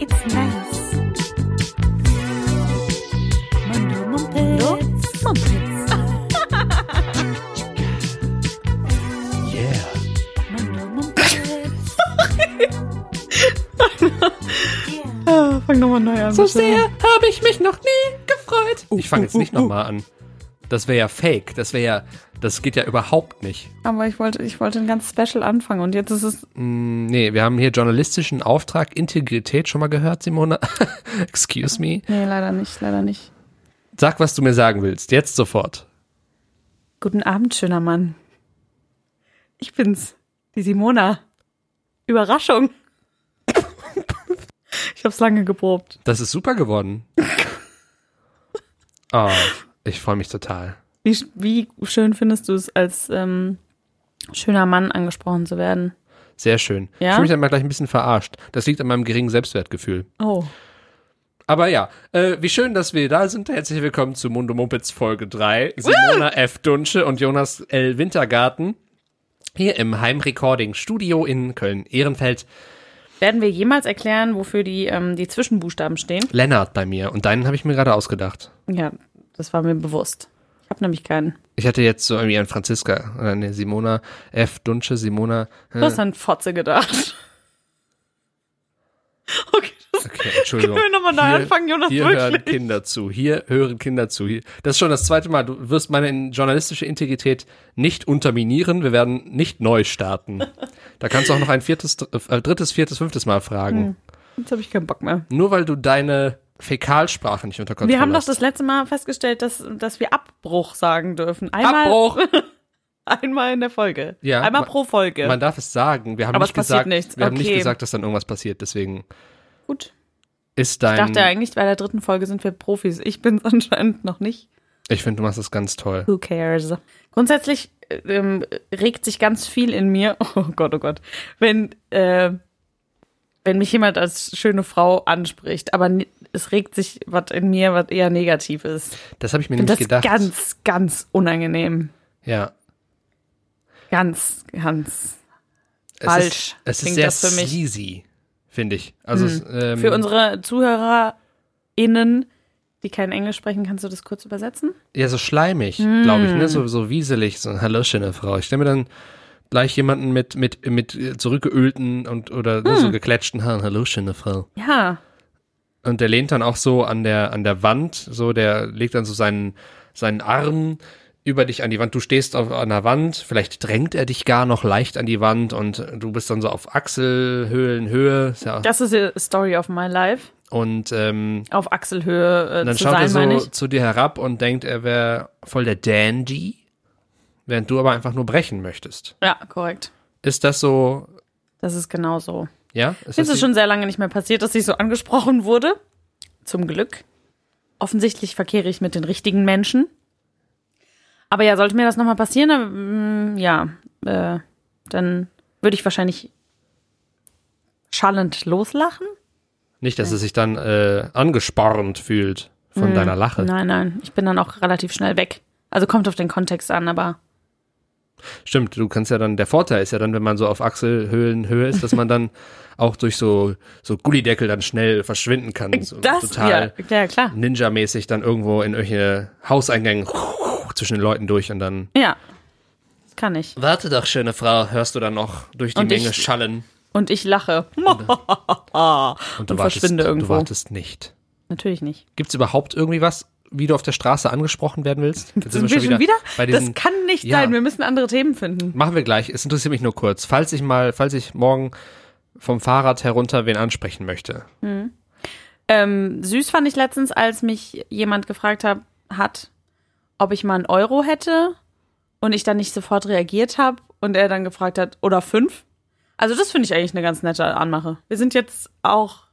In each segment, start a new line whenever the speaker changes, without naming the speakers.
It's nice. Mundo Mumpitz. Mumpitz.
Yeah.
Mundo Mumpitz. yeah.
Ah, fang nochmal neu an.
So
bitte.
sehr habe ich mich noch nie gefreut. Ich fange jetzt nicht nochmal an. Das wäre ja fake. Das wäre ja. Das geht ja überhaupt nicht.
Aber ich wollte, ich wollte ein ganz Special anfangen und jetzt ist es.
Mm, Nee, wir haben hier journalistischen Auftrag, Integrität schon mal gehört, Simone. Excuse me.
Nee, leider nicht, leider nicht.
Sag, was du mir sagen willst. Jetzt sofort.
Guten Abend, schöner Mann. Ich bin's, die Simona. Überraschung. Ich hab's lange geprobt.
Das ist super geworden. Oh, ich freue mich total.
Wie, sch- wie schön findest du es, als ähm, schöner Mann angesprochen zu werden?
Sehr schön.
Ja?
Ich fühle mich dann mal gleich ein bisschen verarscht. Das liegt an meinem geringen Selbstwertgefühl.
Oh.
Aber ja, äh, wie schön, dass wir da sind. Herzlich willkommen zu Mundo Mumpitz Folge 3. Simona F. Dunsche und Jonas L. Wintergarten. Hier im Heimrecording Studio in Köln-Ehrenfeld.
Werden wir jemals erklären, wofür die, ähm, die Zwischenbuchstaben stehen?
Lennart bei mir. Und deinen habe ich mir gerade ausgedacht.
Ja, das war mir bewusst. Ich hab nämlich keinen.
Ich hatte jetzt so irgendwie an Franziska oder eine Simona F. Dunsche, Simona.
Du hast an Fotze gedacht. Okay, das
Okay, Entschuldigung.
Können wir nochmal neu anfangen, Jonas?
Hier
Wirklich?
hören Kinder zu. Hier hören Kinder zu. Hier. Das ist schon das zweite Mal. Du wirst meine journalistische Integrität nicht unterminieren. Wir werden nicht neu starten. Da kannst du auch noch ein viertes, äh, drittes, viertes, fünftes Mal fragen.
jetzt habe ich keinen Bock mehr.
Nur weil du deine Fäkalsprache nicht unter Kontrolle
Hm. Wir haben doch
hast.
das letzte Mal festgestellt, dass, dass wir Abbruch sagen dürfen. Einmal,
Abbruch.
einmal in der Folge.
Ja,
einmal
ma-
pro Folge.
Man darf es sagen. Wir haben
Aber
nicht
es passiert
gesagt,
nichts.
wir haben nicht
Okay.
gesagt, dass dann irgendwas passiert. Deswegen
Gut.
ist
Ich dachte
dein.
eigentlich, bei der dritten Folge sind wir Profis. Ich bin es anscheinend noch nicht.
Ich finde, du machst das ganz toll.
Who cares? Grundsätzlich äh, ähm, regt sich ganz viel in mir, oh Gott, oh Gott, wenn, äh, wenn mich jemand als schöne Frau anspricht, aber ni- es regt sich was in mir, was eher negativ ist.
Das habe ich mir
Und
nämlich
das
gedacht.
ist ganz, ganz unangenehm.
ja.
Ganz, ganz.
Es
Falsch
Ist, es ist
klingt
sehr
das für mich. Hm.
sleazy, finde ich. Also es, ähm,
Für unsere ZuhörerInnen, die kein Englisch sprechen, kannst du das kurz übersetzen?
Ja, so schleimig, glaube ich, ne? So, so wieselig, so hallo schöne Frau. Ich stelle mir dann gleich jemanden mit, mit, mit äh, zurückgeölten und oder ne, so geklatschten Haaren, hallo schöne Frau.
Ja.
Und der lehnt dann auch so an der, an der Wand, so, der legt dann so seinen, seinen Arm über dich an die Wand. Du stehst auf einer Wand, vielleicht drängt er dich gar noch leicht an die Wand und du bist dann so auf Achselhöhlenhöhe. Ist Ja,
Das ist die Story of my life.
und ähm,
Auf Achselhöhe äh,
Und dann
zu
schaut
sein, meine
er so
ich.
zu dir herab und denkt, er wäre voll der Dandy, während du aber einfach nur brechen möchtest.
Ja, korrekt.
Ist das so,
Das ist genau so.
ja? Ist
Mir ist
das
es schon sehr lange nicht mehr passiert, dass ich so angesprochen wurde. Zum Glück. Offensichtlich verkehre ich mit den richtigen Menschen. Aber ja, sollte mir das nochmal passieren, dann, mm, ja, äh, dann würde ich wahrscheinlich schallend loslachen.
nicht, dass er sich dann äh, angespornt fühlt von
Mhm.
deiner Lache.
Nein, nein, ich bin dann auch relativ schnell weg. Also kommt auf den Kontext an, aber
Stimmt, du kannst ja dann, der Vorteil ist ja dann, wenn man so auf Achselhöhlenhöhe ist, dass man dann auch durch so, so Gullideckel dann schnell verschwinden kann. So
das
total
ja, ja klar.
ninja-mäßig dann irgendwo in irgendwelche Hauseingängen zwischen den Leuten durch und dann.
Ja, das kann ich.
Warte doch, schöne Frau, hörst du dann noch durch die
Und ich-
Menge schallen.
Und ich lache.
Und
Und verschwinde irgendwo.
Du wartest nicht.
Natürlich nicht.
Gibt es überhaupt irgendwie was, wie du auf der Straße angesprochen werden willst? Jetzt
Sind wir schon wieder?
Bei diesen,
das kann nicht
Ja.
sein. Wir müssen andere Themen finden.
machen wir gleich. Es interessiert mich nur kurz. Falls ich mal, falls ich morgen vom Fahrrad herunter wen ansprechen möchte.
Ähm, süß fand ich letztens, als mich jemand gefragt hab, hat, ob ich mal einen Euro hätte und ich dann nicht sofort reagiert habe und er dann gefragt hat, oder fünf. Also das finde ich eigentlich eine ganz nette Anmache. Wir sind jetzt auch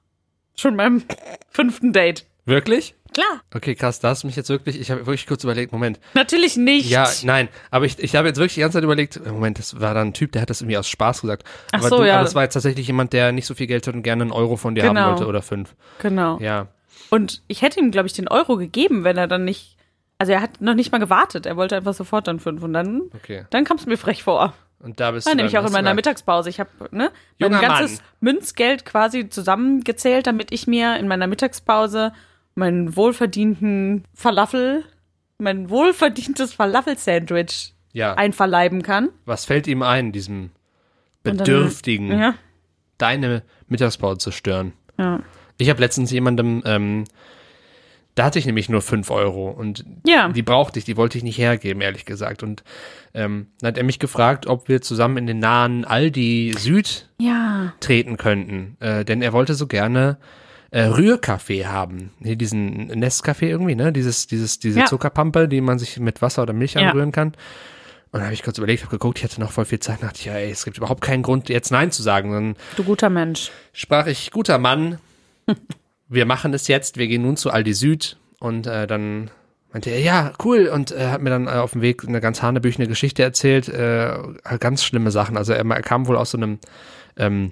schon beim fünften Date.
Wirklich?
Klar,
Okay, krass, da hast du mich jetzt wirklich, ich habe wirklich kurz überlegt, Moment,
natürlich nicht.
ja, nein, aber ich, ich habe jetzt wirklich die ganze Zeit überlegt, Moment, das war dann ein Typ, der hat das irgendwie aus Spaß gesagt.
Ach
aber
so, ja.
Aber das war jetzt tatsächlich jemand, der nicht so viel Geld hat und gerne einen Euro von dir
Genau.
haben wollte oder fünf.
genau.
Ja.
Und ich hätte ihm, glaube ich, den Euro gegeben, wenn er dann nicht. Also er hat noch nicht mal gewartet. Er wollte einfach sofort dann fünf. Und dann,
Okay.
dann kam es mir frech vor.
Und da bist
War
du.
nämlich
dann-
auch in
hast du
meiner
gesagt,
Mittagspause. Ich habe ne, mein
Junger
ganzes
Mann.
Münzgeld quasi zusammengezählt, damit ich mir in meiner Mittagspause meinen wohlverdienten Falafel, mein wohlverdientes Falafel-Sandwich
Ja.
einverleiben kann.
was fällt ihm ein, diesem
dann-
Bedürftigen,
Ja.
deine Mittagspause zu stören?
Ja.
Ich habe letztens jemandem, ähm, da hatte ich nämlich nur 5 Euro und
Ja.
die brauchte ich, die wollte ich nicht hergeben, ehrlich gesagt. Und ähm, dann hat er mich gefragt, ob wir zusammen in den nahen Aldi Süd
ja.
treten könnten, äh, denn er wollte so gerne äh, Rührkaffee haben. Hier diesen Nestkaffee irgendwie, ne? Dieses, dieses, diese
Ja.
Zuckerpampe, die man sich mit Wasser oder Milch
Ja.
anrühren kann. Und dann habe ich kurz überlegt, habe geguckt, ich hatte noch voll viel Zeit, und dachte ich, ja, ey, es gibt überhaupt keinen Grund, jetzt Nein zu sagen. Dann
Du guter Mensch.
sprach ich, guter Mann, wir machen es jetzt, wir gehen nun zu Aldi Süd und äh, dann meinte er, ja, cool und äh, hat mir dann äh, auf dem Weg eine ganz hanebüchene Geschichte erzählt, äh, ganz schlimme Sachen, also er, er kam wohl aus so einem ähm,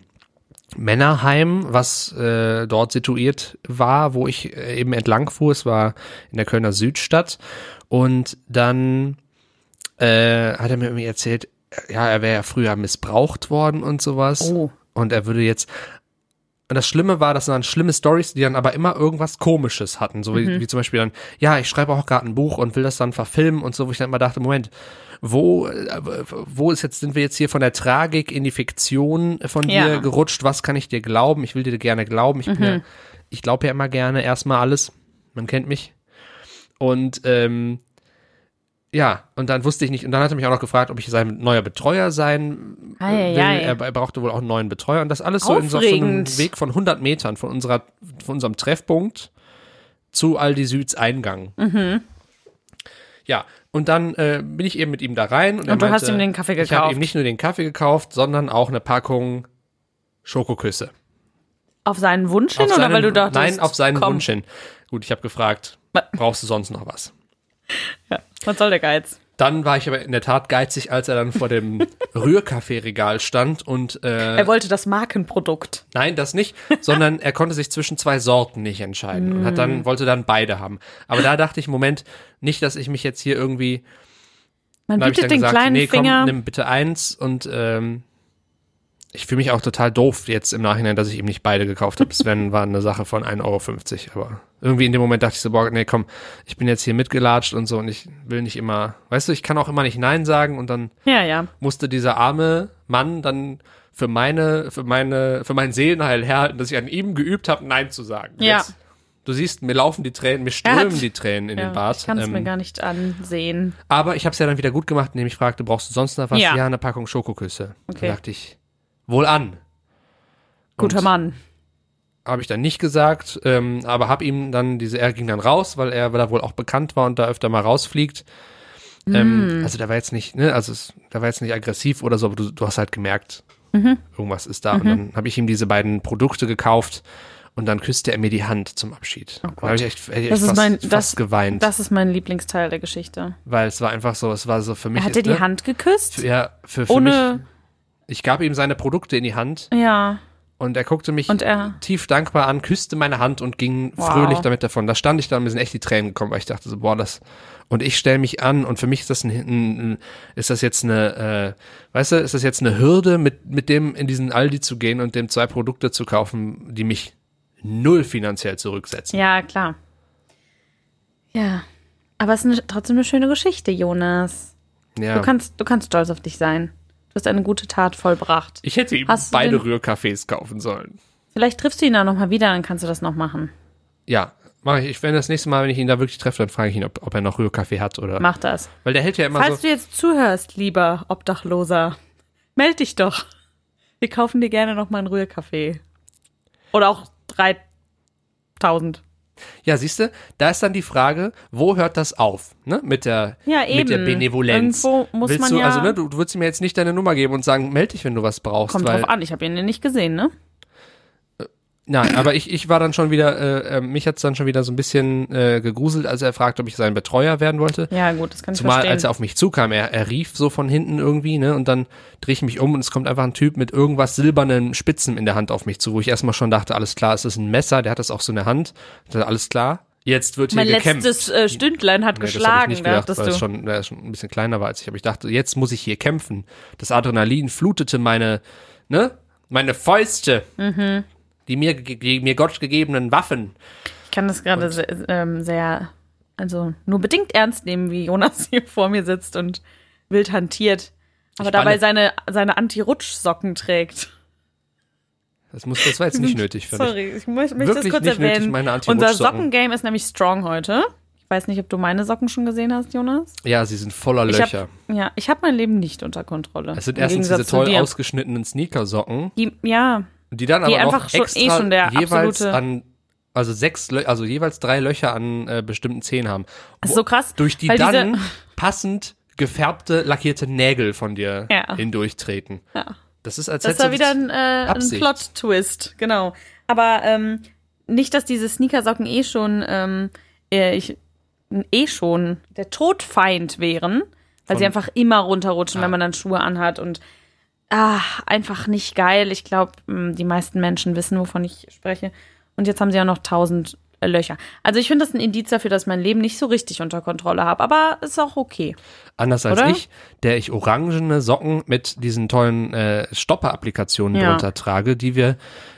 Männerheim, was äh, dort situiert war, wo ich äh, eben entlang fuhr, es war in der Kölner Südstadt und dann äh, hat er mir irgendwie erzählt, ja, er wäre ja früher missbraucht worden und sowas.
Oh.
Und er würde jetzt. Und das Schlimme war, das waren schlimme Stories, die dann aber immer irgendwas Komisches hatten. So wie, wie zum Beispiel dann, ja, ich schreibe auch gerade ein Buch und will das dann verfilmen und so, wo ich dann immer dachte, Moment, wo, äh, wo ist jetzt, sind wir jetzt hier von der Tragik in die Fiktion von
Ja.
dir gerutscht? Was kann ich dir glauben? Ich will dir gerne glauben. Ich, bin ja, ich glaube ja immer gerne erstmal alles. Man kennt mich. Und ähm, ja, und dann wusste ich nicht, und dann hat er mich auch noch gefrei, ob ich sein neuer Betreuer sein
Ei,
will.
ei.
Er, er brauchte wohl auch einen neuen Betreuer. Und das alles so in so auf so einem
Aufregend.
Weg von 100 Metern von, unserer, von unserem Treffpunkt zu Aldi Süds Eingang.
Mhm.
Ja, und dann äh, bin ich eben mit ihm da rein. Und, er
Und du hast
meinte,
ihm den Kaffee
Ich habe
gekauft.
ihm nicht nur den Kaffee gekauft, sondern auch eine Packung Schokoküsse.
Auf seinen Wunsch hin
Auf
oder
seinen-
Genau, weil du dachtest,
Nein, auf seinen
komm,
Wunsch hin. Gut, ich habe gefragt,
Wa-
brauchst du sonst noch was?
Ja. Was soll der Geiz?
Dann war ich aber in der Tat geizig, als er dann vor dem Rührkaffeeregal stand und äh,
Er wollte das Markenprodukt.
nein, das nicht, sondern er konnte sich zwischen zwei Sorten nicht entscheiden und hat
Mm.
dann wollte dann beide haben. Aber da dachte ich, Moment, nicht, dass ich mich jetzt hier irgendwie,
Man
dann habe ich
bietet
dann
den
gesagt,
kleinen
nee, komm,
Finger.
nimm bitte eins und ähm, ich fühle mich auch total doof jetzt im Nachhinein, dass ich ihm nicht beide gekauft habe. Sven war eine Sache von 1,50 Euro, aber irgendwie in dem Moment dachte ich so, boah, nee, komm, ich bin jetzt hier mitgelatscht und so und ich will nicht immer, weißt du, ich kann auch immer nicht Nein sagen und dann
ja, ja.
musste dieser arme Mann dann für meine, für meine, für mein Seelenheil herhalten, dass ich an ihm geübt habe, Nein zu sagen.
Ja.
du siehst, mir laufen die Tränen, mir
Er hat-
strömen die Tränen in
ja
den Bart.
ich kann es
Ähm,
mir gar nicht ansehen.
aber ich habe es ja dann wieder gut gemacht, indem ich fragte, brauchst du sonst noch was?
Ja.
Ja, eine Packung Schokoküsse.
Okay.
Dann dachte ich, wohl an.
Guter
Und
Mann.
Habe ich dann nicht gesagt, ähm, aber habe ihm dann diese, er ging dann raus, weil er da wohl auch bekannt war und da öfter mal rausfliegt.
Hm.
Ähm, also da war jetzt nicht, ne, also es, da war jetzt nicht aggressiv oder so, aber du, du hast halt gemerkt,
Mhm.
irgendwas ist da. Und dann habe ich ihm diese beiden Produkte gekauft und dann küsste er mir die Hand zum Abschied. Oh Habe ich echt, hätte ich echt
Das ist
fast,
mein-
fast
das-
geweint,
Das ist mein Lieblingsteil der Geschichte.
weil es war einfach so, es war so für mich.
Er hatte
ist,
die
ne,
Hand geküsst?
Ja, für, für mich.
ohne.
Ich gab ihm seine Produkte in die Hand
Ja.
und er guckte mich
Und er-
tief dankbar an, küsste meine Hand und ging
Wow.
fröhlich damit davon. Da stand ich da und mir sind echt die Tränen gekommen, weil ich dachte so, boah, das. Und ich stelle mich an und für mich ist das ein, ein, ein ist das jetzt eine, äh, weißt du, ist das jetzt eine Hürde, mit, mit dem in diesen Aldi zu gehen und dem zwei Produkte zu kaufen, die mich null finanziell zurücksetzen.
Ja, klar. Ja. Aber es ist eine, trotzdem eine schöne Geschichte, Jonas.
Ja.
Du, kannst, du kannst stolz auf dich sein. Du hast eine gute Tat vollbracht.
ich hätte ihm
Hast du
beide
denn-
Rührkaffees kaufen sollen.
Vielleicht triffst du ihn auch noch mal wieder, dann kannst du das noch machen.
Ja, mache ich. Ich werde das nächste Mal, wenn ich ihn da wirklich treffe, dann frage ich ihn, ob, ob er noch Rührkaffee hat oder.
Mach das.
Weil der hält ja immer
Falls
so.
du jetzt zuhörst, lieber Obdachloser, meld dich doch. Wir kaufen dir gerne noch mal einen Rührkaffee. Oder auch 3000.
Ja, siehst du, da ist dann die Frage, wo hört das auf? Ne? Mit der,
Ja, eben.
mit der Benevolenz.
Irgendwo muss
Willst
man
du,
ja-
Also, ne, du, du würdest mir jetzt nicht deine Nummer geben und sagen, melde dich, wenn du was brauchst.
Kommt
weil,
drauf an, ich habe ihn ja nicht gesehen, ne?
Nein, aber ich, ich war dann schon wieder, äh, äh, mich hat's dann schon wieder so ein bisschen äh, gegruselt, als er fragt, ob ich sein Betreuer werden wollte.
Ja, gut, das kann ich
Zumal
verstehen.
als er auf mich zukam, er, er rief so von hinten irgendwie, ne? Und dann drehe ich mich um und es kommt einfach ein Typ mit irgendwas silbernen Spitzen in der Hand auf mich zu, wo ich erstmal schon dachte, alles klar, es ist ein Messer, der hat das auch so in der Hand. Ich dachte, alles klar, jetzt wird hier
mein
gekämpft.
letztes äh, Stündlein hat
Nee, das hab
geschlagen,
ich nicht
da
gedacht,
dachtest
weil es
du.
schon, weil es schon ein bisschen kleiner war als ich. Aber ich dachte, jetzt muss ich hier kämpfen. Das Adrenalin flutete meine, ne? Meine Fäuste.
Mhm.
Die mir, ge- die mir Gott gegebenen Waffen.
Ich kann das gerade se- ähm, sehr, also nur bedingt ernst nehmen, wie Jonas hier vor mir sitzt und wild hantiert. Aber
Ich
dabei
balle.
seine, seine Anti-Rutsch-Socken trägt.
Das, muss, das war jetzt nicht nötig, finde ich.
Sorry, ich muss mich das
Wirklich
kurz
nicht nötig,
erwähnen.
meine
Unser
Anti-Rutschsocken.
Sockengame ist nämlich strong heute. Ich weiß nicht, ob du meine Socken schon gesehen hast, Jonas.
Ja, sie sind voller
Ich
Löcher.
hab, ja, ich habe mein Leben nicht unter Kontrolle.
Es sind
Im
erstens diese
Gegensatz zu
toll
dir.
ausgeschnittenen Sneakersocken,
Die, ja,
die dann
Die
aber
einfach
noch
schon- eh
extra
schon der
jeweils
absolute-
an, also sechs, Lö also jeweils drei Löcher an äh, bestimmten Zehen haben.
ist
Wo-
so krass.
Durch die
weil diese-
dann passend gefärbte, lackierte Nägel von dir
Ja.
hindurchtreten.
Ja.
Das ist als
Das war
hättest
wieder
du-
ein, äh, ein
Absicht.
Plot-Twist, genau. Aber ähm, nicht, dass diese Sneakersocken eh schon, ähm, eh, ich, eh schon der Todfeind wären, weil
Von-
sie einfach immer runterrutschen,
Ah.
wenn man dann Schuhe anhat und ah, einfach nicht geil. Ich glaube, die meisten Menschen wissen, wovon ich spreche. Und jetzt haben sie ja noch tausend äh, Löcher. Also ich finde das ein Indiz dafür, dass ich mein Leben nicht so richtig unter Kontrolle habe, aber ist auch okay.
anders als
oder?
ich, der ich orangene Socken mit diesen tollen äh, Stopper-Applikationen
Ja.
drunter trage, die wir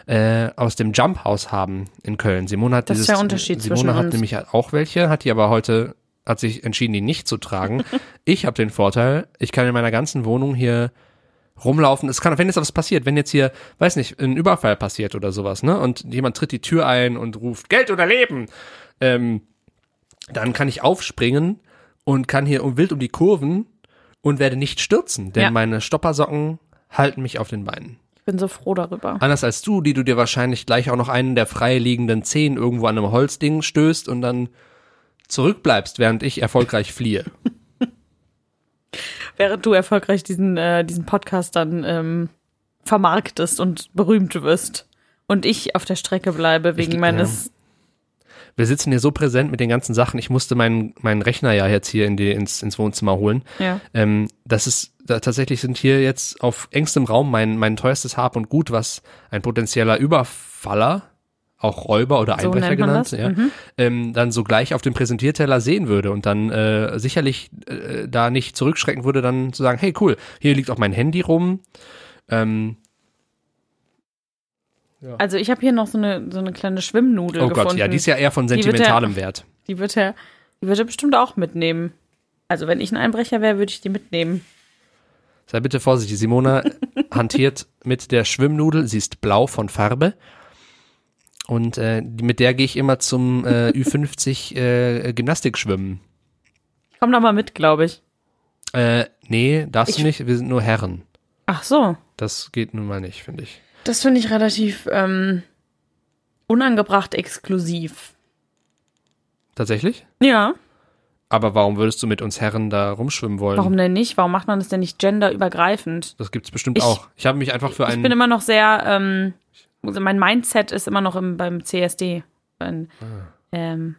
äh, aus dem Jump House haben in Köln. Simone hat
Das ist
dieses,
der Unterschied
Simone
zwischen
hat
uns.
nämlich auch welche, hat die aber heute hat sich entschieden, die nicht zu tragen. ich habe den Vorteil, ich kann in meiner ganzen Wohnung hier rumlaufen. Es kann, wenn jetzt was passiert, wenn jetzt hier, weiß nicht, ein Überfall passiert oder sowas, ne? Und jemand tritt die Tür ein und ruft Geld oder Leben, ähm, dann kann ich aufspringen und kann hier um wild um die Kurven und werde nicht stürzen, denn
Ja.
meine Stoppersocken halten mich auf den Beinen.
Ich bin so froh darüber.
Anders als du, die du dir wahrscheinlich gleich auch noch einen der frei liegenden Zehen irgendwo an einem Holzding stößt und dann zurückbleibst, während ich erfolgreich fliehe.
Während du erfolgreich diesen, äh, diesen Podcast dann ähm, vermarktest und berühmt wirst. Und ich auf der Strecke bleibe wegen
Ich-
meines.
Wir sitzen hier so präsent mit den ganzen Sachen. Ich musste meinen meinen Rechner ja jetzt hier in die, ins, ins Wohnzimmer holen.
Ja.
Ähm, das ist da, tatsächlich sind hier jetzt auf engstem Raum mein mein teuerstes Hab und Gut, was ein potenzieller Überfaller, auch Räuber oder
So
Einbrecher
nennt man
genannt,
das, Mhm.
ja, ähm, dann sogleich auf dem Präsentierteller sehen würde und dann äh, sicherlich äh, da nicht zurückschrecken würde, dann zu sagen, hey cool, hier liegt auch mein Handy rum. Ähm,
Also ich habe hier noch so eine, so eine kleine Schwimmnudel
oh
gefunden.
Gott, ja, die ist ja eher von
wird ja-
sentimentalem Wert.
die, wird er, die wird er bestimmt auch mitnehmen. Also wenn ich ein Einbrecher wäre, würde ich die mitnehmen.
Sei bitte vorsichtig. Simona hantiert mit der Schwimmnudel. Sie ist blau von Farbe. Und äh, die- mit der gehe ich immer zum äh, Ü50 äh, Gymnastikschwimmen.
Komm doch mal mit, glaube ich.
Äh, nee, darfst du
Ich-
nicht. Wir sind nur Herren.
Ach so.
Das geht nun mal nicht, finde ich.
Das finde ich relativ ähm, unangebracht exklusiv.
Tatsächlich?
Ja.
Aber warum würdest du mit uns Herren da rumschwimmen wollen?
Warum denn nicht? Warum macht man das denn nicht genderübergreifend?
Das gibt's bestimmt
Ich-
auch. Ich habe mich einfach für
Ich bin
einen.
immer noch sehr, ähm, also mein Mindset ist immer noch im, beim CSD. Ein,
Ah.
ähm,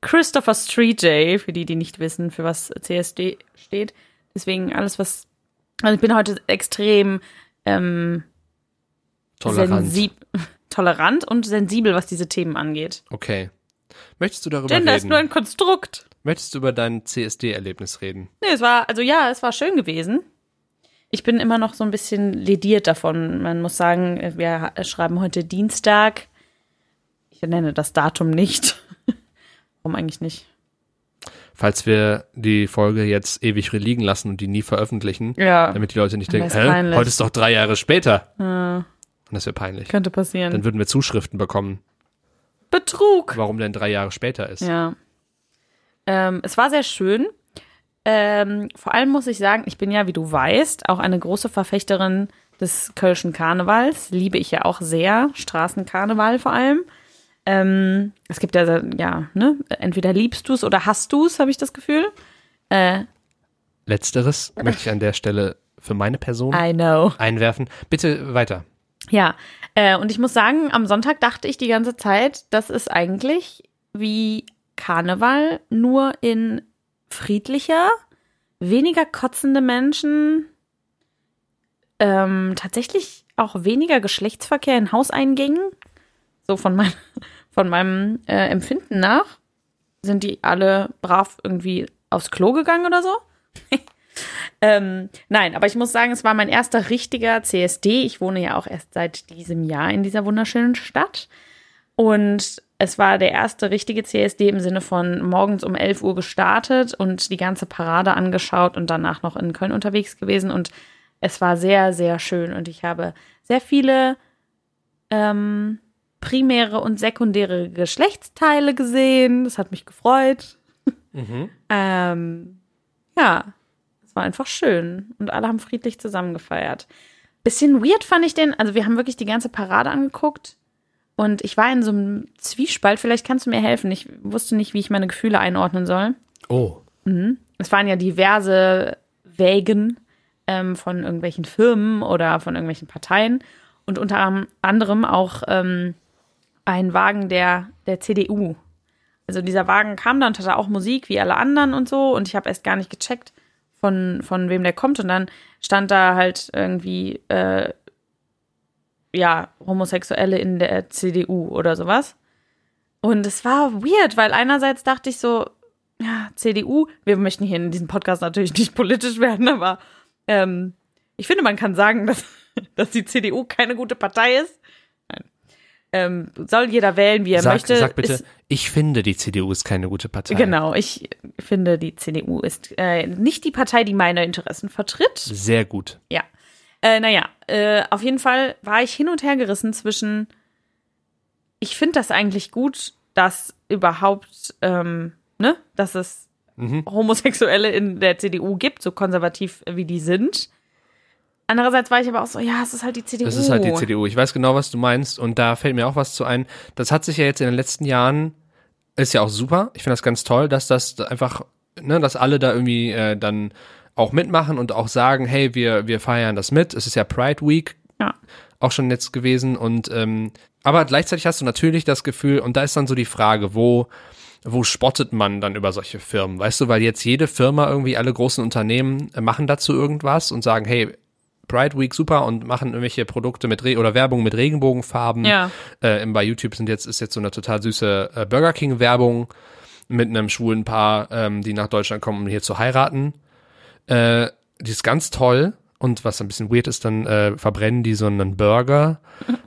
Christopher Street Day, für die, die nicht wissen, für was CSD steht. Deswegen alles, was. Also ich bin heute extrem ähm,
Tolerant.
sensib- tolerant und sensibel, was diese Themen angeht.
Okay. Möchtest du darüber
Gender ist
reden?
nur ein Konstrukt.
Möchtest du über dein CSD-Erlebnis reden?
Nee, es war, also ja, es war schön gewesen. Ich bin immer noch so ein bisschen lediert davon. Man muss sagen, wir ha- schreiben heute Dienstag. Ich nenne das Datum nicht. Warum eigentlich nicht?
Falls wir die Folge jetzt ewig liegen lassen und die nie veröffentlichen,
Ja,
damit die Leute nicht
Dann
denken,
wär's
Hä?
peinlich."
heute ist doch drei Jahre später. Und das wäre peinlich.
könnte
Dann
passieren.
würden wir Zuschriften bekommen,
Betrug.
warum denn drei Jahre später ist.
Ja. Ähm, es war sehr schön. Ähm, vor allem muss ich sagen, ich bin ja, wie du weißt, auch eine große Verfechterin des Kölschen Karnevals. Liebe ich ja auch sehr. Straßenkarneval vor allem. Ähm, es gibt ja, ja, ne? Entweder liebst du es oder hast du es, habe ich das Gefühl. Äh,
Letzteres möchte ich an der Stelle für meine Person
I know.
einwerfen. Bitte weiter.
Ja, äh, und ich muss sagen, am Sonntag dachte ich die ganze Zeit, das ist eigentlich wie Karneval, nur in friedlicher, weniger kotzende Menschen, ähm, tatsächlich auch weniger Geschlechtsverkehr in Hauseingängen. So von, mein, von meinem äh, Empfinden nach sind die alle brav irgendwie aufs Klo gegangen oder so. Ähm, nein, aber ich muss sagen, es war mein erster richtiger CSD. Ich wohne ja auch erst seit diesem Jahr in dieser wunderschönen Stadt. Und es war der erste richtige CSD im Sinne von morgens um 11 Uhr gestartet und die ganze Parade angeschaut und danach noch in Köln unterwegs gewesen. Und es war sehr, sehr schön. Und ich habe sehr viele ähm, primäre und sekundäre Geschlechtsteile gesehen. Das hat mich gefreut.
Mhm.
Ähm, ja, es war einfach schön und alle haben friedlich zusammengefeiert. Bisschen weird fand ich den, also wir haben wirklich die ganze Parade angeguckt und ich war in so einem Zwiespalt, vielleicht kannst du mir helfen. Ich wusste nicht, wie ich meine Gefühle einordnen soll. Mhm.
Oh.
Es waren ja diverse Wägen ähm, von irgendwelchen Firmen oder von irgendwelchen Parteien und unter am- anderem auch ähm, ein Wagen der, der CDU. Also dieser Wagen kam dann und hatte auch Musik wie alle anderen und so und ich habe erst gar nicht gecheckt, von, von wem der kommt und dann stand da halt irgendwie, äh, ja, Homosexuelle in der CDU oder sowas. Und es war weird, weil einerseits dachte ich so, ja, CDU, wir möchten hier in diesem Podcast natürlich nicht politisch werden, aber ähm, ich finde, man kann sagen, dass, dass die CDU keine gute Partei ist. Nein. Ähm, soll jeder wählen, wie er
Sag,
möchte.
sag
Ist,
bitte, ich finde, die CDU ist keine gute Partei.
genau, ich finde, die CDU ist äh, nicht die Partei, die meine Interessen vertritt.
Sehr gut.
Ja. Äh, naja, äh, auf jeden Fall war ich hin und her gerissen zwischen, ich finde das eigentlich gut, dass überhaupt, ähm, ne, dass es
Mhm.
Homosexuelle in der CDU gibt, so konservativ äh, wie die sind. Andererseits war ich aber auch so, ja, es ist halt die CDU.
Das ist halt die CDU. Ich weiß genau, was du meinst. Und da fällt mir auch was zu ein. Das hat sich ja jetzt in den letzten Jahren, ist ja auch super. Ich finde das ganz toll, dass das einfach, ne, dass alle da irgendwie äh, dann auch mitmachen und auch sagen, hey, wir, wir feiern das mit. Es ist ja Pride Week,
Ja.
auch schon jetzt gewesen und ähm, aber gleichzeitig hast du natürlich das Gefühl und da ist dann so die Frage, wo wo spottet man dann über solche Firmen, weißt du, weil jetzt jede Firma irgendwie alle großen Unternehmen äh, machen dazu irgendwas und sagen, hey Pride Week super und machen irgendwelche Produkte mit Re oder Werbung mit Regenbogenfarben.
Ja.
Äh, im- bei YouTube sind jetzt ist jetzt so eine total süße äh, Burger King Werbung mit einem schwulen Paar, ähm, die nach Deutschland kommen, um hier zu heiraten. Äh, die ist ganz toll. Und was ein bisschen weird ist, dann äh, verbrennen die so einen Burger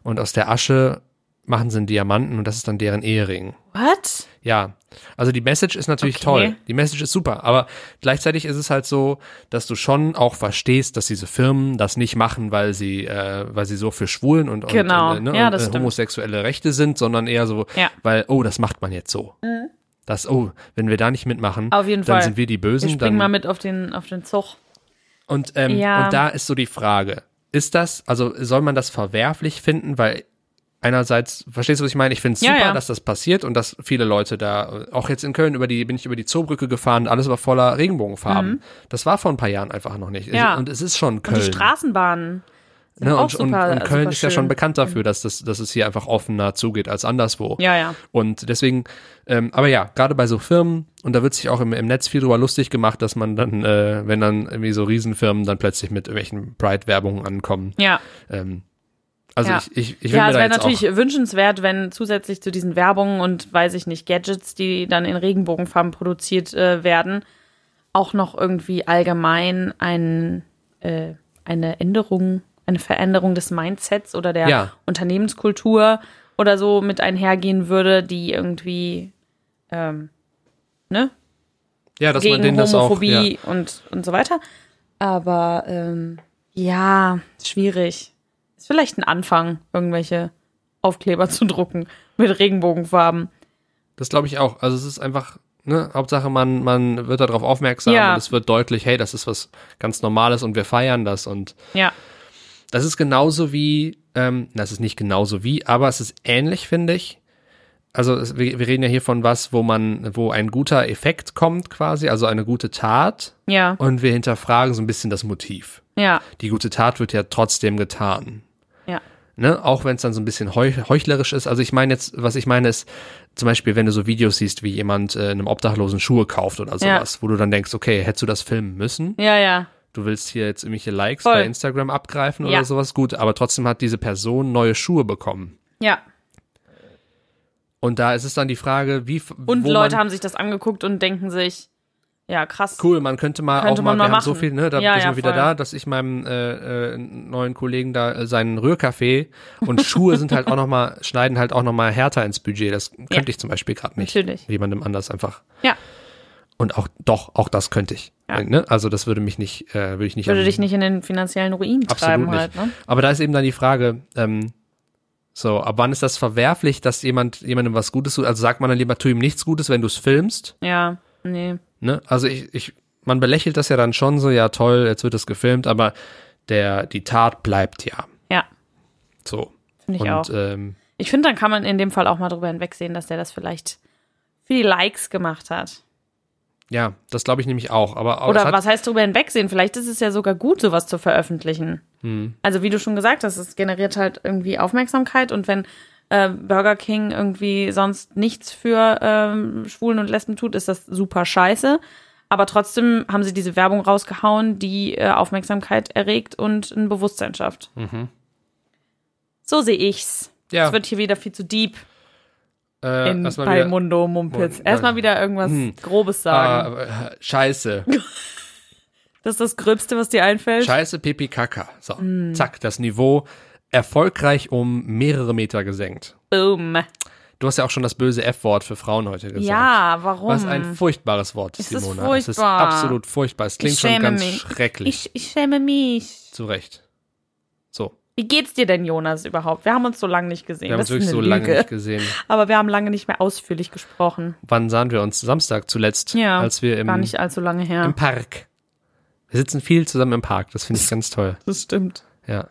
und aus der Asche machen sie einen Diamanten und das ist dann deren Ehering.
What?
Ja, also die Message ist natürlich
Okay.
toll. Die Message ist super, aber gleichzeitig ist es halt so, dass du schon auch verstehst, dass diese Firmen das nicht machen, weil sie, äh, weil sie so für Schwulen und, und,
Genau.
äh, ne,
Ja,
und
das
äh,
stimmt.
homosexuelle Rechte sind, sondern eher so,
Ja. Mhm.
weil oh, das macht man jetzt so. Das oh, wenn wir da nicht mitmachen,
Auf jeden
dann
Fall.
sind wir die
Ich
Bösen.
spring
Dann
mal mit auf den, auf den Zug.
und, ähm,
Ja.
und da ist so die Frage, ist das, also soll man das verwerflich finden, weil einerseits, verstehst du, was ich meine? Ich finde es
Ja,
super,
ja.
dass das passiert und dass viele Leute da, äh, auch jetzt in Köln, über die, bin ich über die Zoobrücke gefahren, und alles war voller Regenbogenfarben. Das war vor ein paar Jahren einfach noch nicht.
Mhm. Ja.
Und es ist schon
Und
Köln.
die Straßenbahnen. sind
ne?
auch
und, und,
super- äh,
und Köln
super
ist ja schon
schön. Mhm.
bekannt dafür, dass, das, dass es hier einfach offener zugeht als anderswo.
Ja, ja.
Und deswegen, ähm, aber ja, gerade bei so Firmen, und da wird sich auch im, im Netz viel drüber lustig gemacht, dass man dann, äh, wenn dann irgendwie so Riesenfirmen dann plötzlich mit irgendwelchen Pride-Werbungen ankommen.
Ja.
Ähm, also
Ja.
ich, ich, ich will
Ja,
mir
es
da
wäre
jetzt
natürlich
auch,
wünschenswert, wenn zusätzlich zu diesen Werbungen und, weiß ich nicht, Gadgets, die dann in Regenbogenfarben produziert äh, werden, auch noch irgendwie allgemein ein, äh, eine Änderung, eine Veränderung des Mindsets oder der
Ja.
Unternehmenskultur oder so mit einhergehen würde, die irgendwie ähm, ne,
ja, dass man
gegen
denen das auch, ja,
Homophobie und, und so weiter. Aber ähm, ja, schwierig. Ist vielleicht ein Anfang, irgendwelche Aufkleber zu drucken mit Regenbogenfarben.
das glaube ich auch. Also es ist einfach, ne, Hauptsache man, man wird darauf aufmerksam
Ja.
und es wird deutlich, hey, das ist was ganz Normales und wir feiern das und
Ja,
Das ist genauso wie, ähm, das ist nicht genauso wie, aber es ist ähnlich, finde ich. Also es, wir, wir reden ja hier von was, wo man, wo ein guter Effekt kommt quasi, also eine gute Tat.
ja,
Und wir hinterfragen so ein bisschen das Motiv.
ja,
Die gute Tat wird ja trotzdem getan.
ja.
ne? Auch wenn es dann so ein bisschen heuch- heuchlerisch ist. Also ich meine jetzt, was ich meine ist, zum Beispiel, wenn du so Videos siehst, wie jemand äh, einem Obdachlosen Schuhe kauft oder
Ja.
sowas, wo du dann denkst, okay, hättest du das filmen müssen?
Ja, ja.
Du willst hier jetzt irgendwelche Likes
Voll.
bei Instagram abgreifen
Ja.
oder sowas, gut, aber trotzdem hat diese Person neue Schuhe bekommen.
Ja.
Und da ist es dann die Frage, wie f-
Und
wo
Leute
man,
haben sich das angeguckt und denken sich, ja, krass.
cool, man könnte mal
Könnte
auch mal,
man mal
wir haben so
machen.
viel, ne, da
Ja,
sind
ja,
wir wieder
voll.
da, dass ich meinem äh, äh, neuen Kollegen da äh, seinen Rührkaffee und Schuhe sind halt auch noch mal schneiden halt auch noch mal härter ins Budget. Das könnte
Ja.
ich zum Beispiel gerade nicht.
Natürlich.
Jemandem anders einfach.
Ja.
Und auch doch, auch das könnte ich.
Ja.
Ne? Also das würde mich nicht, äh, würde ich nicht.
Würde
am-
dich nicht in den finanziellen Ruin treiben
Absolut
halt,
nicht.
ne?
Aber da ist eben dann die Frage, ähm, so, ab wann ist das verwerflich, dass jemand jemandem was Gutes tut? Also sagt man dann lieber, tu ihm nichts Gutes, wenn du es filmst.
Ja, nee.
Ne? Also ich, ich, man belächelt das ja dann schon so, ja toll, jetzt wird es gefilmt, aber der, die Tat bleibt ja.
Ja,
So.
finde
Und
ich auch.
Ähm,
Ich finde, dann kann man in dem Fall auch mal drüber hinwegsehen, dass der das vielleicht für die Likes gemacht hat.
ja, das glaube ich nämlich auch. Aber aber es
Oder
hat,
was heißt drüber hinwegsehen? Vielleicht ist es ja sogar gut, sowas zu veröffentlichen.
Hm.
Also wie du schon gesagt hast, es generiert halt irgendwie Aufmerksamkeit und wenn äh, Burger King irgendwie sonst nichts für ähm, Schwulen und Lesben tut, ist das super scheiße. Aber trotzdem haben sie diese Werbung rausgehauen, die äh, Aufmerksamkeit erregt und ein Bewusstsein schafft. So sehe ich's.
Mhm. Ja.
Es wird hier wieder viel zu deep
äh,
in,
erstmal
bei
wieder-
Mundo Mumpitz.
Mund-
Erstmal wieder irgendwas Grobes sagen.
Ah, äh, scheiße.
das ist das Gröbste, was dir einfällt.
Scheiße, Pipi, Kaka. So,
Hm.
zack, das Niveau erfolgreich um mehrere Meter gesenkt.
Boom.
Du hast ja auch schon das böse F-Wort für Frauen heute gesagt.
Ja, warum?
Was ein furchtbares Wort,
Hm. Es ist
Simona. Es ist
furchtbar.
absolut furchtbar. Es klingt
Ich
schon
schäme
ganz
mich.
schrecklich.
ich, ich schäme mich.
Zu Recht. So,
Wie geht's dir denn, Jonas, überhaupt? Wir haben uns so lange nicht gesehen.
wir haben
das
uns wirklich
ist
so
eine
lange
Lüge.
nicht gesehen.
Aber wir haben lange nicht mehr ausführlich gesprochen.
Wann sahen wir uns? Samstag zuletzt,
Ja,
als wir im,
gar nicht allzu lange her.
im Park. Wir sitzen viel zusammen im Park. Das finde ich ganz toll.
Das stimmt.
Ja.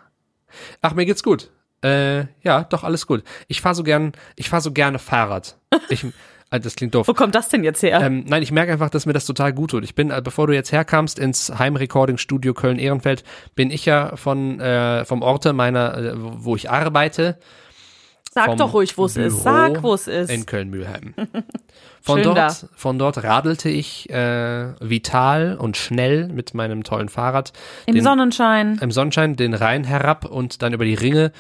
Ach, mir geht's gut. Äh, ja, doch alles gut. Ich fahre so gern, ich fahre so gerne Fahrrad. Ich, äh, das klingt doof.
Wo kommt das denn jetzt her?
Ähm, nein, ich merke einfach, dass mir das total gut tut. Ich bin, äh, bevor du jetzt herkamst ins Heimrecording-Studio Köln-Ehrenfeld, bin ich ja von äh, vom Orte meiner, äh, wo wo ich arbeite,
Sag
vom
doch ruhig, wo es
Büro
ist. Sag, wo es
in
ist.
Köln-Mühlheim. Von
Schön
dort,
da.
von dort radelte ich äh, vital und schnell mit meinem tollen Fahrrad
Im
den,
Sonnenschein.
im Sonnenschein den Rhein herab und dann über die Ringe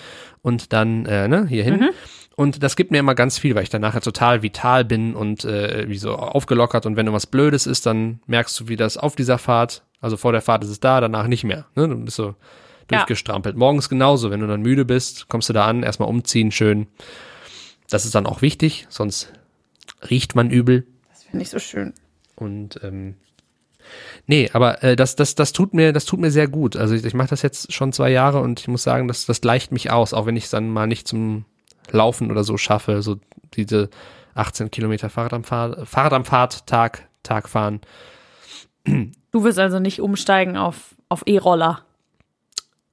und dann äh, ne, hier hin. Und das gibt mir immer ganz viel, weil ich dann nachher total vital bin und äh, wie so aufgelockert. Und wenn irgendwas Blödes ist, dann merkst du, wie das auf dieser Fahrt, also vor der Fahrt ist es da, danach nicht mehr. Ne? Du bist so
Ja.
durchgestrampelt. Morgens genauso, wenn du dann müde bist, kommst du da an, erstmal umziehen, schön. Das ist dann auch wichtig, sonst riecht man übel.
Das finde ich so schön.
Und ähm, nee, aber äh, das, das, das tut mir, das tut mir sehr gut. Also ich, ich mache das jetzt schon zwei Jahre und ich muss sagen, das, das gleicht mich aus, auch wenn ich es dann mal nicht zum Laufen oder so schaffe, so diese 18 Kilometer Fahrrad am, Fahr Fahrrad am Fahrt, Tag, Tag fahren.
Du wirst also nicht umsteigen auf, auf E-Roller.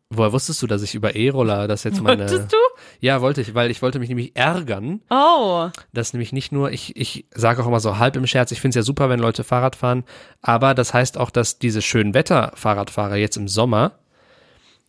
Woher wusstest du, dass ich über E-Roller das jetzt meine.
Wolltest du?
Ja, wollte ich, weil ich wollte mich nämlich ärgern,
Oh.
dass nämlich nicht nur, ich, ich sage auch immer so halb im Scherz, ich finde es ja super, wenn Leute Fahrrad fahren, aber das heißt auch, dass diese schönen Wetter-Fahrradfahrer jetzt im Sommer,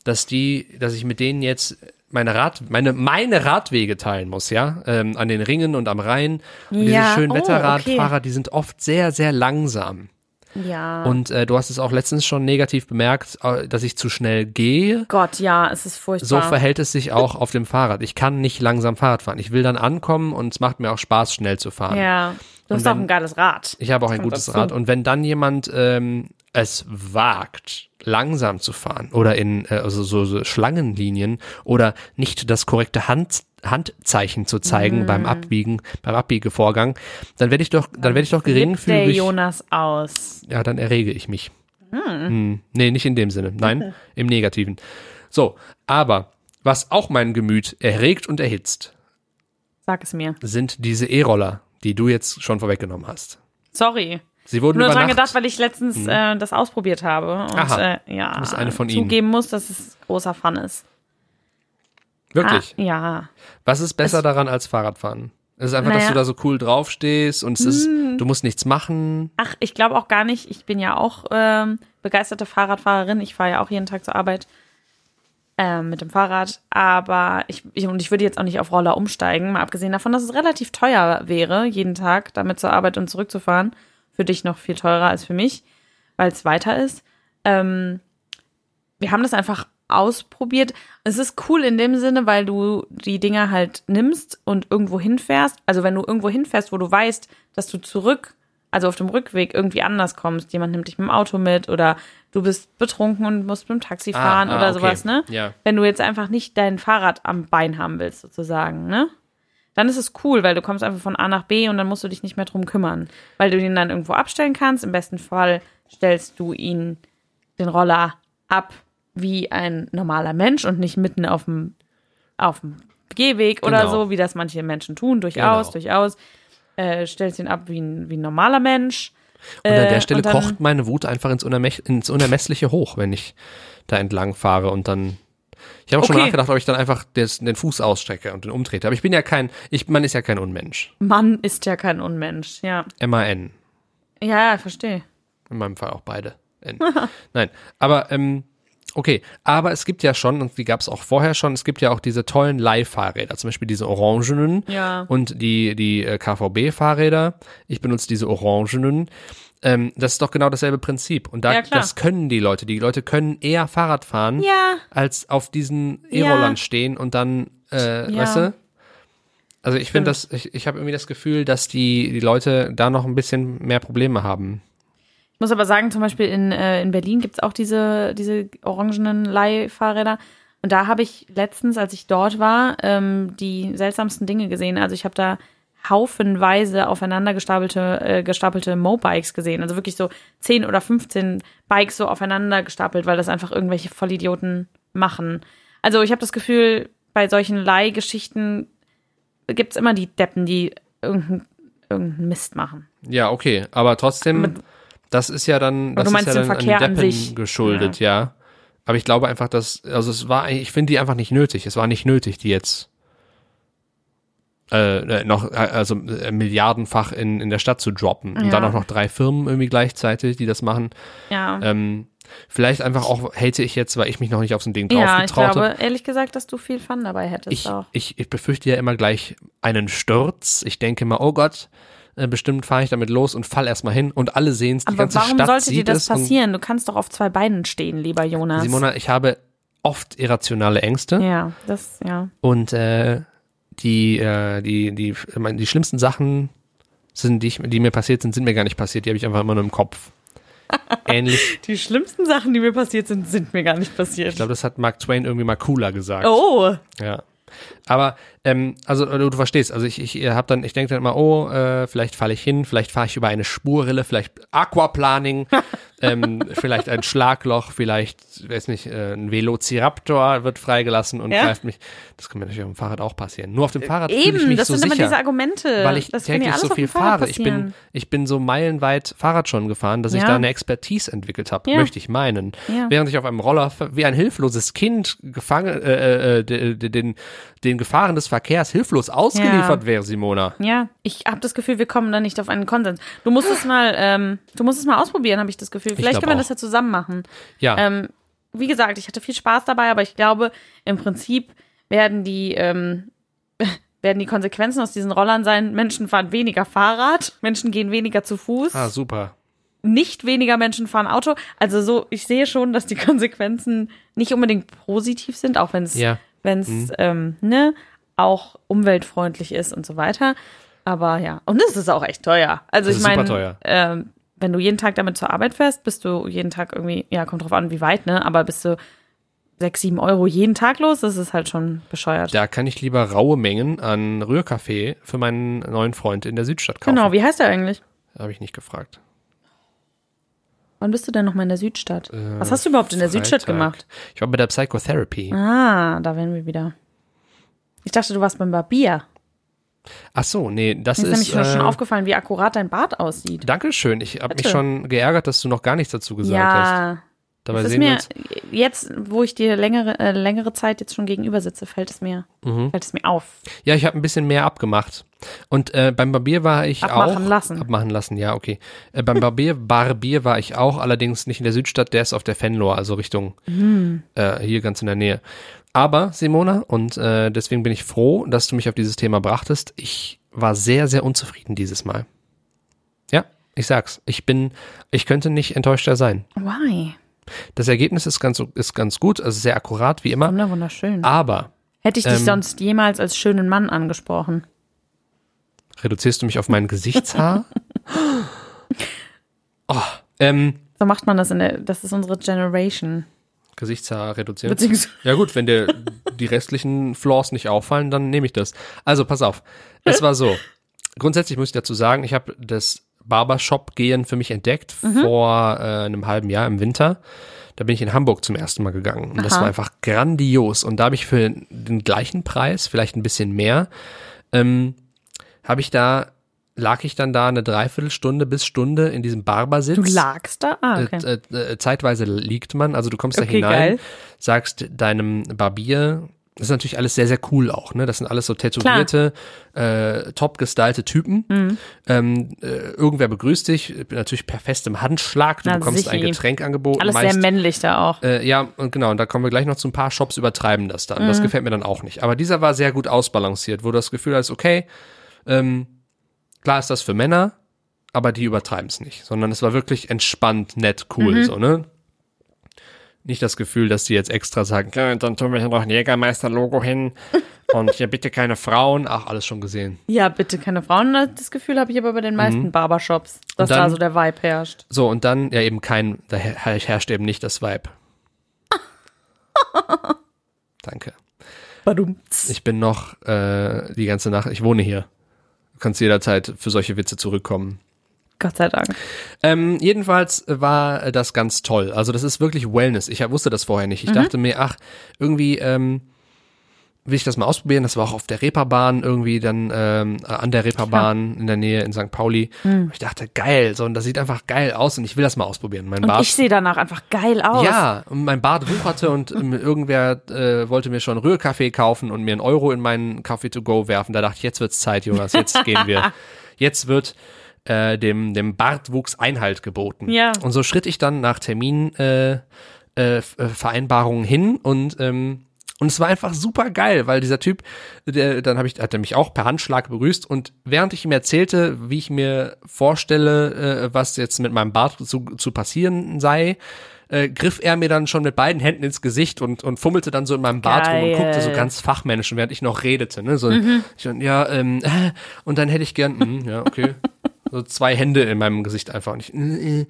dass die, dass ich mit denen jetzt meine Rad, meine, meine Radwege teilen muss, ja, ähm, an den Ringen und am Rhein. Und diese
Ja,
schönen
oh,
Wetterradfahrer, die sind oft sehr, sehr langsam.
Ja.
Und äh, du hast es auch letztens schon negativ bemerkt, äh, dass ich zu schnell gehe.
Gott, ja, es ist
So
furchtbar.
verhält es sich auch auf dem Fahrrad. Ich kann nicht langsam Fahrrad fahren. Ich will dann ankommen und es macht mir auch Spaß, schnell zu fahren.
ja. Du hast
wenn-
auch ein geiles Rad.
Ich habe auch ein
kommt
gutes
dazu.
Rad. Und wenn dann jemand ähm, es wagt, langsam zu fahren oder in äh, also so, so Schlangenlinien oder nicht das korrekte Hand, Handzeichen zu zeigen
Mhm.
beim Abbiegen, beim Abbiegevorgang, dann werde ich doch, dann werde ich doch
Flippt der
geringfügig.
Jonas aus.
Ja, dann errege ich mich. Hm. Nee, nicht in dem Sinne. Nein, im Negativen. So, aber was auch mein Gemüt erregt und erhitzt,
Sag es mir.
sind diese E-Roller, die du jetzt schon vorweggenommen hast.
Sorry.
Sie wurden
nur
über
dran
Nacht
gedacht, weil ich letztens äh, das ausprobiert habe und
Aha.
Äh, ja,
bist eine von ihnen.
zugeben muss, dass es großer Fun ist.
wirklich.
Ah, ja.
Was ist besser daran als Fahrradfahren? Es ist einfach, dass
Naja. Hm.
du da so cool draufstehst und es ist, du musst nichts machen.
Ach, ich glaube auch gar nicht. Ich bin ja auch ähm, begeisterte Fahrradfahrerin. Ich fahre ja auch jeden Tag zur Arbeit. ähm, mit dem Fahrrad. Aber ich, ich, und ich würde jetzt auch nicht auf Roller umsteigen, mal abgesehen davon, dass es relativ teuer wäre, jeden Tag damit zur Arbeit und zurückzufahren. Für dich noch viel teurer als für mich, weil es weiter ist. Ähm, wir haben das einfach ausprobiert. Es ist cool in dem Sinne, weil du die Dinger halt nimmst und irgendwo hinfährst. Also wenn du irgendwo hinfährst, wo du weißt, dass du zurück, also auf dem Rückweg irgendwie anders kommst. Jemand nimmt dich mit dem Auto mit oder du bist betrunken und musst mit dem Taxi fahren
ah,
oder
okay.
sowas, ne?
Ja.
Wenn du jetzt einfach nicht dein Fahrrad am Bein haben willst, sozusagen, ne? Dann ist es cool, weil du kommst einfach von A nach B und dann musst du dich nicht mehr drum kümmern. Weil du ihn dann irgendwo abstellen kannst. Im besten Fall stellst du ihn den Roller ab wie ein normaler Mensch und nicht mitten auf dem, auf dem Gehweg oder
Genau.
so, wie das manche Menschen tun, durchaus,
Genau.
durchaus. Äh, stellst ihn ab wie ein, wie ein normaler Mensch.
Und an
Äh,
der Stelle
und dann-
kocht meine Wut einfach ins, Unermech ins Unermessliche hoch, wenn ich da entlang fahre und dann. Ich habe auch schon
Okay.
nachgedacht, ob ich dann einfach des, den Fuß ausstrecke und den umtrete. Aber ich bin ja kein, ich, man ist ja kein Unmensch.
Mann ist ja kein Unmensch, ja.
MAN.
Ja, ja, verstehe.
In meinem Fall auch beide. N. Nein, aber ähm, okay, aber es gibt ja schon, und die gab es auch vorher schon, es gibt ja auch diese tollen Leihfahrräder, zum Beispiel diese orangenen
Ja.
und die, die äh, KVB-Fahrräder. Ich benutze diese orangenen. Ähm, das ist doch genau dasselbe Prinzip. Und da,
Ja, klar.
das können die Leute. Die Leute können eher Fahrrad fahren,
Ja.
als auf diesen
Ja.
E-Rollern stehen und dann, äh,
Ja.
weißt du? Also ich finde das, ich, ich habe irgendwie das Gefühl, dass die, die Leute da noch ein bisschen mehr Probleme haben.
Ich muss aber sagen, zum Beispiel in, äh, in Berlin gibt es auch diese, diese orangenen Leihfahrräder. Und da habe ich letztens, als ich dort war, ähm, die seltsamsten Dinge gesehen. Also ich habe da haufenweise aufeinander gestapelte, äh, gestapelte Mobikes gesehen. Also wirklich so 10 oder 15 Bikes so aufeinander gestapelt, weil das einfach irgendwelche Vollidioten machen. Also ich habe das Gefühl, bei solchen Leihgeschichten gibt es immer die Deppen, die irgendeinen irgendeinen Mist machen.
Ja, okay, aber trotzdem, das ist ja dann, das
du meinst
ist ja
den
dann
Verkehr an
Deppen
sich.
geschuldet, ja. Aber ich glaube einfach, dass, also es war, ich finde die einfach nicht nötig. Es war nicht nötig, die jetzt äh, äh, noch, äh, also äh, milliardenfach in, in der Stadt zu droppen. Und
Ja.
dann auch noch drei Firmen irgendwie gleichzeitig, die das machen.
Ja.
Ähm, vielleicht einfach auch, hate ich jetzt, weil ich mich noch nicht auf so ein Ding drauf
Ja, ich
getraut habe.
glaube, ehrlich gesagt, dass du viel Fun dabei hättest
Ich,
auch.
ich, ich befürchte ja immer gleich einen Sturz. Ich denke mal, oh Gott, äh, bestimmt fahre ich damit los und fall erstmal hin und alle sehen es. Die
Aber
ganze
warum
Stadt
sollte
sieht
dir das
es und-
passieren? Du kannst doch auf zwei Beinen stehen, lieber Jonas.
Simona, ich habe oft irrationale Ängste
Ja, das, ja.
und äh, die, äh, die, die, ich meine, die schlimmsten Sachen sind, die, ich, die mir passiert sind, sind mir gar nicht passiert. Die habe ich einfach immer nur im Kopf. Ähnlich,
Die schlimmsten Sachen, die mir passiert sind, sind mir gar nicht passiert.
ich glaube, das hat Mark Twain irgendwie mal cooler gesagt.
oh,
Ja. Aber, ähm, also äh, du, du verstehst, also ich, ich habe dann, ich denke dann immer, oh, äh, vielleicht falle ich hin, vielleicht fahre ich über eine Spurrille, vielleicht Aquaplaning, ähm, vielleicht ein Schlagloch, vielleicht, weiß nicht, äh, ein Velociraptor wird freigelassen und
Ja. Äh,
greift mich. Das kann mir natürlich auf dem Fahrrad auch passieren. Nur auf dem Fahrrad fühle ich
eben,
mich
das
so
sind
sicher,
immer diese Argumente.
weil ich
Äh, das kann ja
täglich
alles
so
auf
viel
dem Fahrrad
fahre. Ich bin,
passieren.
ich bin so meilenweit Fahrrad schon gefahren, dass ich
Ja.
da eine Expertise entwickelt habe,
Ja.
möchte ich meinen.
Ja.
Während ich auf einem Roller f- wie ein hilfloses Kind gefangen, äh, äh, de- de- den, den Gefahren des Verkehrs hilflos ausgeliefert wäre, Simona.
Ja, ich habe das Gefühl, wir kommen da nicht auf einen Konsens. Du musst es mal, ähm, du musst es mal ausprobieren, habe ich das Gefühl. Vielleicht
glaub
können wir das
auch.
ja zusammen machen.
Ja,
ähm, wie gesagt, ich hatte viel Spaß dabei, aber ich glaube, im Prinzip werden die, ähm, werden die Konsequenzen aus diesen Rollern sein, Menschen fahren weniger Fahrrad, Menschen gehen weniger zu Fuß,
ah, super.
nicht weniger Menschen fahren Auto. Also so, ich sehe schon, dass die Konsequenzen nicht unbedingt positiv sind, auch wenn es
Ja. Mhm.
wenn's, ähm, ne, auch umweltfreundlich ist und so weiter. Aber ja, und es ist auch echt teuer. Also
Das ist
ich
super
meine,
teuer.
ähm, wenn du jeden Tag damit zur Arbeit fährst, bist du jeden Tag irgendwie, ja, kommt drauf an, wie weit, ne? Aber bist du sechs, sieben Euro jeden Tag los, das ist halt schon bescheuert.
Da kann ich lieber raue Mengen an Rührkaffee für meinen neuen Freund in der Südstadt kaufen.
genau, wie heißt der eigentlich?
Habe ich nicht gefragt.
Wann bist du denn nochmal in der Südstadt? Was hast du überhaupt in der Südstadt
Äh, Freitag.
gemacht?
Ich war bei der Psychotherapy.
Ah, da wären wir wieder. Ich dachte, du warst beim Barbier.
Ach so, nee, das
Mir ist,
ist.
nämlich schon- schon
äh,
aufgefallen, wie akkurat dein Bart aussieht.
Dankeschön. Ich habe mich
Bitte.
schon geärgert, dass du noch gar nichts dazu gesagt hast.
Ja,
Dabei
Es ist
sehen wir
mir
uns.
jetzt, wo ich dir längere, äh, längere Zeit jetzt schon gegenüber sitze, fällt es mir,
Mhm.
fällt es mir auf.
Ja, ich habe ein bisschen mehr abgemacht. Und äh, beim Barbier war ich
Abmachen
auch.
lassen.
Abmachen lassen, ja, okay. Äh, beim Barbier, Barbier war ich auch, allerdings nicht in der Südstadt, der ist auf der Fenlohr, also Richtung
Mhm.
äh, hier ganz in der Nähe. Aber, Simona, und äh, deswegen bin ich froh, dass du mich auf dieses Thema brachtest. Ich war sehr, sehr unzufrieden dieses Mal. Ja, ich sag's. Ich bin, ich könnte nicht enttäuschter sein.
Why?
Das Ergebnis ist ganz, ist ganz gut, also sehr akkurat, wie immer.
Wunder, wunderschön.
Aber
Hätte ich dich
Ah, ähm,
sonst jemals als schönen Mann angesprochen?
Reduzierst du mich auf mein Gesichtshaar? oh, ähm,
So macht man das in der, das ist unsere Generation.
Gesichtshaar reduzieren.
Beziehungsweise,
Ja gut, wenn dir die restlichen Flaws nicht auffallen, dann nehme ich das. Also pass auf, es war so. Grundsätzlich muss ich dazu sagen, ich habe das Barbershop-Gehen für mich entdeckt
Mhm.
vor äh, einem halben Jahr im Winter. Da bin ich in Hamburg zum ersten Mal gegangen und das
Aha.
war einfach grandios. Und da habe ich für den gleichen Preis, vielleicht ein bisschen mehr, ähm, habe ich da, lag ich dann da eine Dreiviertelstunde bis Stunde in diesem Barbersitz.
du lagst da? Ah, okay.
Äh, äh, äh, zeitweise liegt man, also du kommst da
Okay,
hinein,
geil.
sagst deinem Barbier, das ist natürlich alles sehr, sehr cool auch, ne? Das sind alles so tätowierte, äh, top gestylte Typen.
Mhm.
Ähm, äh, irgendwer begrüßt dich, natürlich per festem Handschlag, du
Na,
bekommst ein
sichi.
Getränk angeboten.
Alles sehr
meist-
männlich da auch.
äh, ja, und genau, und da kommen wir gleich noch zu ein paar Shops, übertreiben das dann. Das gefällt mir dann auch nicht. Aber dieser war sehr gut ausbalanciert, wo du das Gefühl hast, okay, ähm, klar ist das für Männer, aber die übertreiben es nicht, sondern es war wirklich entspannt, nett, cool, so, ne? Nicht das Gefühl, dass die jetzt extra sagen, "Ja, dann tun wir hier noch ein Jägermeister-Logo hin und hier bitte keine Frauen. Ach, alles schon gesehen.
Ja, bitte keine Frauen. Das Gefühl habe ich aber bei den meisten Barbershops, dass
Mhm. dann-
da so der Vibe herrscht.
So, und dann, ja, eben kein, da her- herrscht eben nicht das Vibe. Danke.
Badum.
Ich bin noch äh, die ganze Nacht, ich wohne hier. Du kannst jederzeit für solche Witze zurückkommen.
Gott sei Dank.
Ähm, jedenfalls war das ganz toll. Also das ist wirklich Wellness. Ich wusste das vorher nicht. Ich
Mhm.
dachte mir, ach, irgendwie ähm, will ich das mal ausprobieren. Das war auch auf der Reeperbahn irgendwie dann ähm, an der Reeperbahn in der Nähe in St. Pauli.
Mhm.
Und Ich dachte, geil, so und das sieht einfach geil aus und ich will das mal ausprobieren. Mein
Und
Bart
ich sehe danach einfach geil aus.
ja, und mein Bart wucherte und ähm, irgendwer äh, wollte mir schon Rührkaffee kaufen und mir einen Euro in meinen Kaffee to go werfen. Da dachte ich, jetzt wird's Zeit, Jonas, jetzt gehen wir. Jetzt wird äh, dem, dem Bartwuchs Einhalt geboten.
Ja.
Und so schritt ich dann nach Termin äh, äh, F- äh, Vereinbarungen hin und ähm, und es war einfach super geil, weil dieser Typ, der, dann hab ich, hat er mich auch per Handschlag begrüßt und während ich ihm erzählte, wie ich mir vorstelle, äh, was jetzt mit meinem Bart zu, zu passieren sei, äh, griff er mir dann schon mit beiden Händen ins Gesicht und, und fummelte dann so in meinem Bart rum und
Geil. Mhm.
guckte so ganz fachmännisch, während ich noch redete. Ne? So, ich, dann, ja, ähm, äh, und dann hätte ich gern, mm, ja, okay. So zwei Hände in meinem Gesicht einfach. Und ich, äh, äh,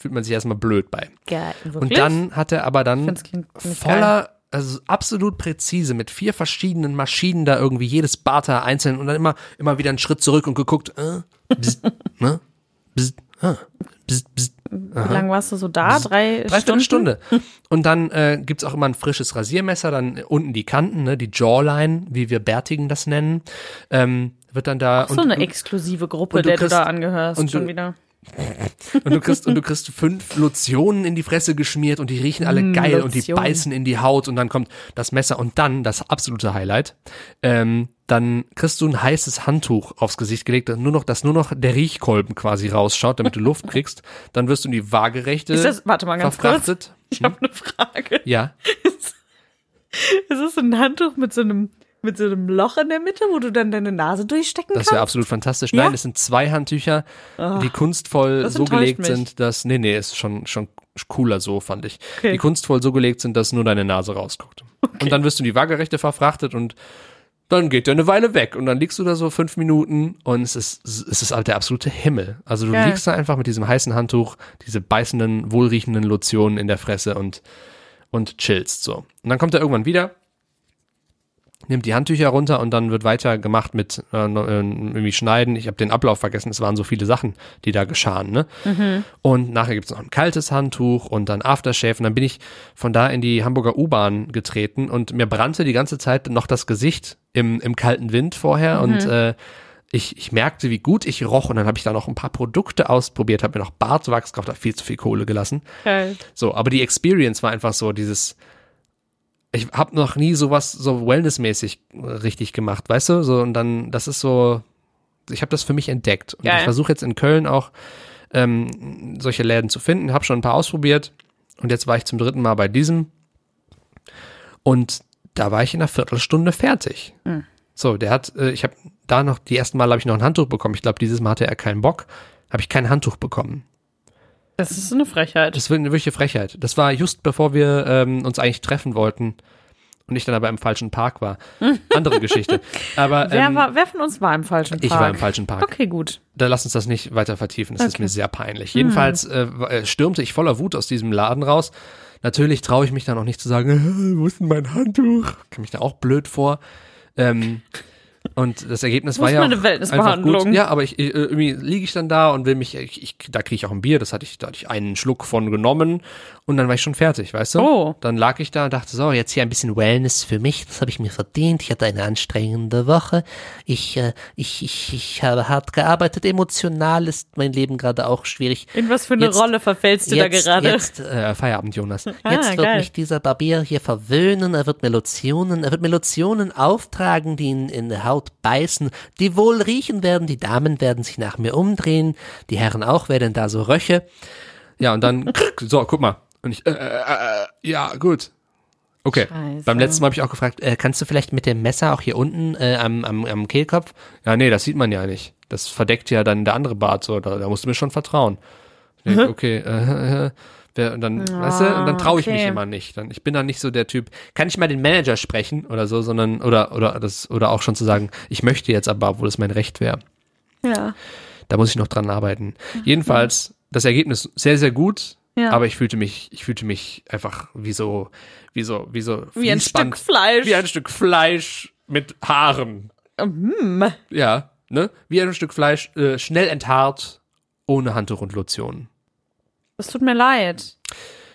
fühlt man sich erstmal blöd bei.
Geil.
Und
Wirklich?
dann hat er aber dann
find's klingt ziemlich
voller, also absolut präzise mit vier verschiedenen Maschinen da irgendwie jedes Barter einzeln und dann immer, immer wieder einen Schritt zurück und geguckt, äh, bzz, ne, bzz, ah, bzz, bzz.
Wie lange warst du so da? Drei,
Drei
Stunden?
Stunde. Und dann äh, gibt's auch immer ein frisches Rasiermesser, dann äh, unten die Kanten, ne, die Jawline, wie wir Bärtigen das nennen, ähm, wird dann da
So
und,
eine exklusive Gruppe,
und du
der
kriegst-
du da angehörst.
und du-
schon wieder.
Und du kriegst, und du kriegst fünf Lotionen in die Fresse geschmiert und die riechen alle geil und die
Hm, Lotionen.
beißen in die Haut und dann kommt das Messer und dann das absolute Highlight. Ähm, dann kriegst du ein heißes Handtuch aufs Gesicht gelegt, dass nur noch, dass nur noch der Riechkolben quasi rausschaut, damit du Luft kriegst. Dann wirst du in die waagerechte
Ist das- warte mal ganz kurz.
äh, verfrachtet. Hm?
Ich habe eine Frage.
Ja.
Es ist ein Handtuch mit so einem mit so einem Loch in der Mitte, wo du dann deine Nase durchstecken
Das
kannst.
wäre absolut fantastisch.
Ja? Ah,
Nein, es sind zwei Handtücher, die kunstvoll
das
so
enttäuscht
gelegt
mich.
sind, dass. Nee, nee, ist schon, schon cooler so, fand ich.
Okay.
Die kunstvoll so gelegt sind, dass nur deine Nase rausguckt. Und dann wirst du in die Waagerechte verfrachtet und dann geht der eine Weile weg. Und dann liegst du da so fünf Minuten und es ist, es ist halt der absolute Himmel. Also du
Geil.
liegst da einfach mit diesem heißen Handtuch, diese beißenden, wohlriechenden Lotionen in der Fresse und, und chillst so. Und dann kommt er irgendwann wieder nimmt die Handtücher runter und dann wird weiter gemacht mit äh, no- äh, irgendwie Schneiden. Ich habe den Ablauf vergessen, es waren so viele Sachen, die da geschahen. Ne? Und nachher gibt's noch ein kaltes Handtuch und dann Aftershave. Und dann bin ich von da in die Hamburger U-Bahn getreten und mir brannte die ganze Zeit noch das Gesicht im, im kalten Wind vorher. Und äh, ich, ich merkte, wie gut ich roch und dann habe ich da noch ein paar Produkte ausprobiert, habe mir noch Bartwachs gekauft, habe viel zu viel Kohle gelassen.
Geil.
So, aber die Experience war einfach so dieses ich habe noch nie sowas so wellnessmäßig richtig gemacht, weißt du? So und dann das ist so ich habe das für mich entdeckt und
Geil.
ich versuche jetzt in Köln auch ähm, solche Läden zu finden, habe schon ein paar ausprobiert und jetzt war ich zum dritten Mal bei diesem und da war ich in einer Viertelstunde fertig. So, der hat äh, ich habe da noch die ersten Mal habe ich noch ein Handtuch bekommen. Ich glaube, dieses Mal hatte er keinen Bock, habe ich kein Handtuch bekommen.
Das ist eine Frechheit.
Das war eine wirkliche Frechheit. Das war just bevor wir ähm, uns eigentlich treffen wollten und ich dann aber im falschen Park war. Andere Geschichte. Aber
Wer,
ähm,
war, wer von uns war im falschen Park?
ich war im falschen Park.
Okay, gut.
Da lass uns das nicht weiter vertiefen. Das ist
Okay. Hm.
mir sehr peinlich. Jedenfalls äh, w- äh, stürmte ich voller Wut aus diesem Laden raus. Natürlich traue ich mich dann auch nicht zu sagen, wo ist denn mein Handtuch? Kam ich da auch blöd vor. Ähm, und das Ergebnis
Wo
war
ist
ja
meine
auch
Wellnessbehandlung?
einfach gut. Ja, aber ich, ich, äh, irgendwie liege ich dann da und will mich, ich, ich, da kriege ich auch ein Bier, das hatte ich, da hatte ich einen Schluck von genommen und dann war ich schon fertig, weißt du?
Oh.
Dann lag ich da und dachte, so, jetzt hier ein bisschen Wellness für mich, das habe ich mir verdient, ich hatte eine anstrengende Woche, ich, äh, ich, ich, ich habe hart gearbeitet, emotional ist mein Leben gerade auch schwierig.
In was für eine
Jetzt-
Rolle verfällst du da gerade?
Jetzt, äh, Feierabend, Jonas.
Ah,
Jetzt wird
geil.
mich dieser Barbier hier verwöhnen, er wird mir Lotionen, er wird mir Lotionen auftragen, die ihn in die Haut beißen, die wohl riechen werden, die Damen werden sich nach mir umdrehen, die Herren auch werden da so Röche.
Ja, und dann, so, guck mal. Und ich, äh, äh, äh, ja, gut. Okay.
Scheiße.
Beim letzten Mal habe ich auch gefragt,
Fragt, äh, kannst du vielleicht mit dem Messer auch hier unten äh, am, am, am Kehlkopf?
ja, nee, das sieht man ja nicht. Das verdeckt ja dann der andere Bart, so, da, da musst du mir schon vertrauen. Ich
Mhm.
denk, okay, äh, äh, wer, und dann, weißt du, und dann traue ich mich
Ah, okay.
immer nicht. Dann, ich bin dann nicht so der Typ, kann ich mal den Manager sprechen oder so, sondern, oder, oder, das, oder auch schon zu sagen, ich möchte jetzt aber, obwohl es mein Recht wäre.
Ja.
Da muss ich noch dran arbeiten. Jedenfalls, das Ergebnis sehr, sehr gut.
Mhm. Ja.
Aber ich fühlte mich, ich fühlte mich einfach wie so, wie so, wie so
Wie ein
Fließband.
Stück Fleisch.
Wie ein Stück Fleisch mit Haaren.
Mhm.
Ja, ne? Wie ein Stück Fleisch, äh, schnell enthaart, ohne Handtuch und Lotion.
Es tut mir leid.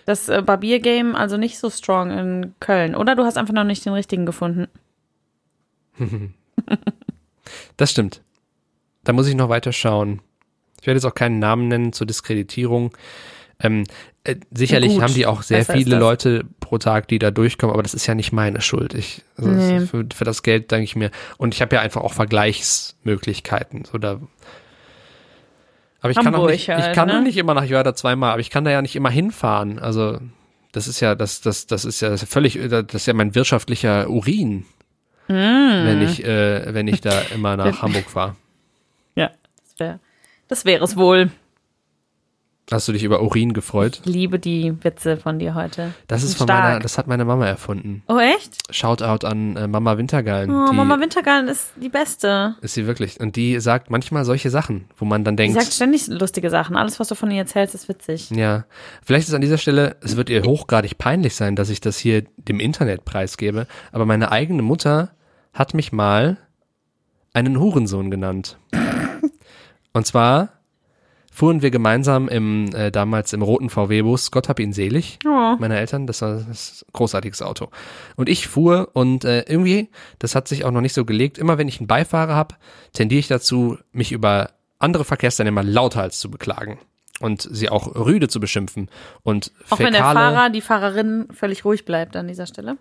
Das äh, Barbier-Game also nicht so strong in Köln. Oder du hast einfach noch nicht den richtigen gefunden.
Das stimmt. Da muss ich noch weiter schauen. Ich werde jetzt auch keinen Namen nennen zur Diskreditierung. Ähm, äh, sicherlich
Gut,
haben die auch sehr
besser ist
viele
das.
Leute pro Tag, die da durchkommen, aber das ist ja nicht meine Schuld. Ich, also das-
Nee.
für, für das Geld denke ich mir. Und ich habe ja einfach auch Vergleichsmöglichkeiten. So da, aber ich kann, auch
Hamburg
nicht, ich
halt,
kann
ne?
auch nicht immer nach Jörda zweimal, aber ich kann da ja nicht immer hinfahren. Also das ist ja, das, das, das ist ja das ist ja völlig, äh, das ist ja mein wirtschaftlicher Urin,
Hm.
wenn ich, äh, wenn ich da immer nach Hamburg fahre.
Ja. Das wäre das wär es wohl.
Hast du dich über Urin gefreut?
Ich liebe die Witze von dir heute.
Das ist von
Stark.
meiner, das hat meine Mama erfunden.
Oh, echt?
Shoutout an äh, Mama Wintergallen.
Oh,
die
Mama Wintergarten ist die Beste.
ist sie wirklich. Und die sagt manchmal solche Sachen, wo man dann
Sie
denkt,
sagt ständig lustige Sachen. Alles, was du von ihr erzählst, ist witzig.
Hm. ja, vielleicht ist an dieser Stelle, es wird ihr hochgradig peinlich sein, dass ich das hier dem Internet preisgebe, aber meine eigene Mutter hat mich mal einen Hurensohn genannt. Und zwar fuhren wir gemeinsam im äh, damals im roten VW-Bus, Gott hab ihn selig,
Oh.
meiner Eltern. Das war das ist ein großartiges Auto. Und ich fuhr und äh, irgendwie, das hat sich auch noch nicht so gelegt, immer wenn ich einen Beifahrer habe, tendiere ich dazu, mich über andere Verkehrsteilnehmer lauthals zu beklagen und sie auch rüde zu beschimpfen und
Auch
fäkale,
wenn der Fahrer, die Fahrerin völlig ruhig bleibt an dieser Stelle.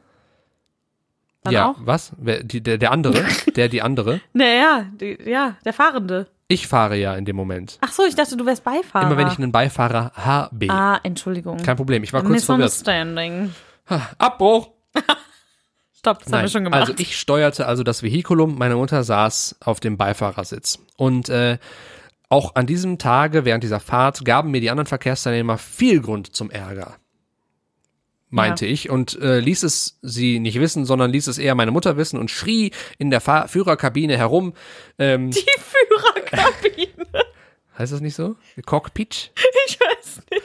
Dann
ja,
auch?
was? Wer, die, der, der andere, der die andere.
Naja, die, ja, der Fahrende.
Ich fahre ja in dem Moment.
Ach so, ich dachte, du wärst Beifahrer.
Immer wenn ich einen Beifahrer habe.
ah, Entschuldigung.
Kein Problem, ich war kurz verwirrt.
Misunderstanding.
Abbruch!
Stopp, das haben wir
Nein,
schon gemacht.
Also ich steuerte also das Vehikulum, meine Mutter saß auf dem Beifahrersitz. Und äh, auch an diesem Tage, während dieser Fahrt, gaben mir die anderen Verkehrsteilnehmer viel Grund zum Ärger. Meinte ich und äh, ließ es sie nicht wissen, sondern ließ es eher meine Mutter wissen und schrie in der Fahr Führerkabine herum. Ähm,
die Führerkabine.
heißt das nicht so? Cockpit?
Ich weiß nicht.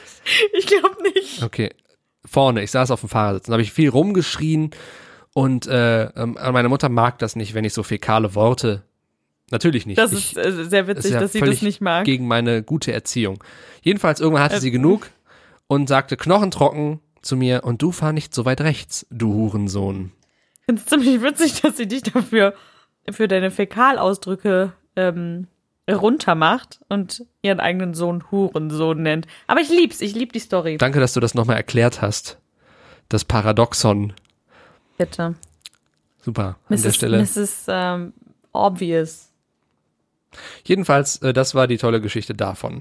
Ich glaube nicht.
Okay. Vorne, ich saß auf dem Fahrersitz. Da habe ich viel rumgeschrien und äh, ähm, meine Mutter mag das nicht, wenn ich so fäkale Worte. Natürlich nicht.
Das
ich,
ist äh, sehr
das
witzig,
ja
dass sie
völlig
das nicht mag.
Gegen meine gute Erziehung. Jedenfalls, irgendwann
Äh,
hatte sie genug und sagte knochentrocken zu mir, und du fahr nicht so weit rechts, du Hurensohn.
Ich finde es ziemlich witzig, dass sie dich dafür für deine Fäkalausdrücke ähm, runtermacht und ihren eigenen Sohn Hurensohn nennt. Aber ich lieb's, ich lieb die Story.
Danke, dass du das nochmal erklärt hast. Das Paradoxon.
Bitte.
Super. An
Mrs.
der Stelle.
Mrs. Ähm, obvious.
Jedenfalls, äh, das war die tolle Geschichte davon.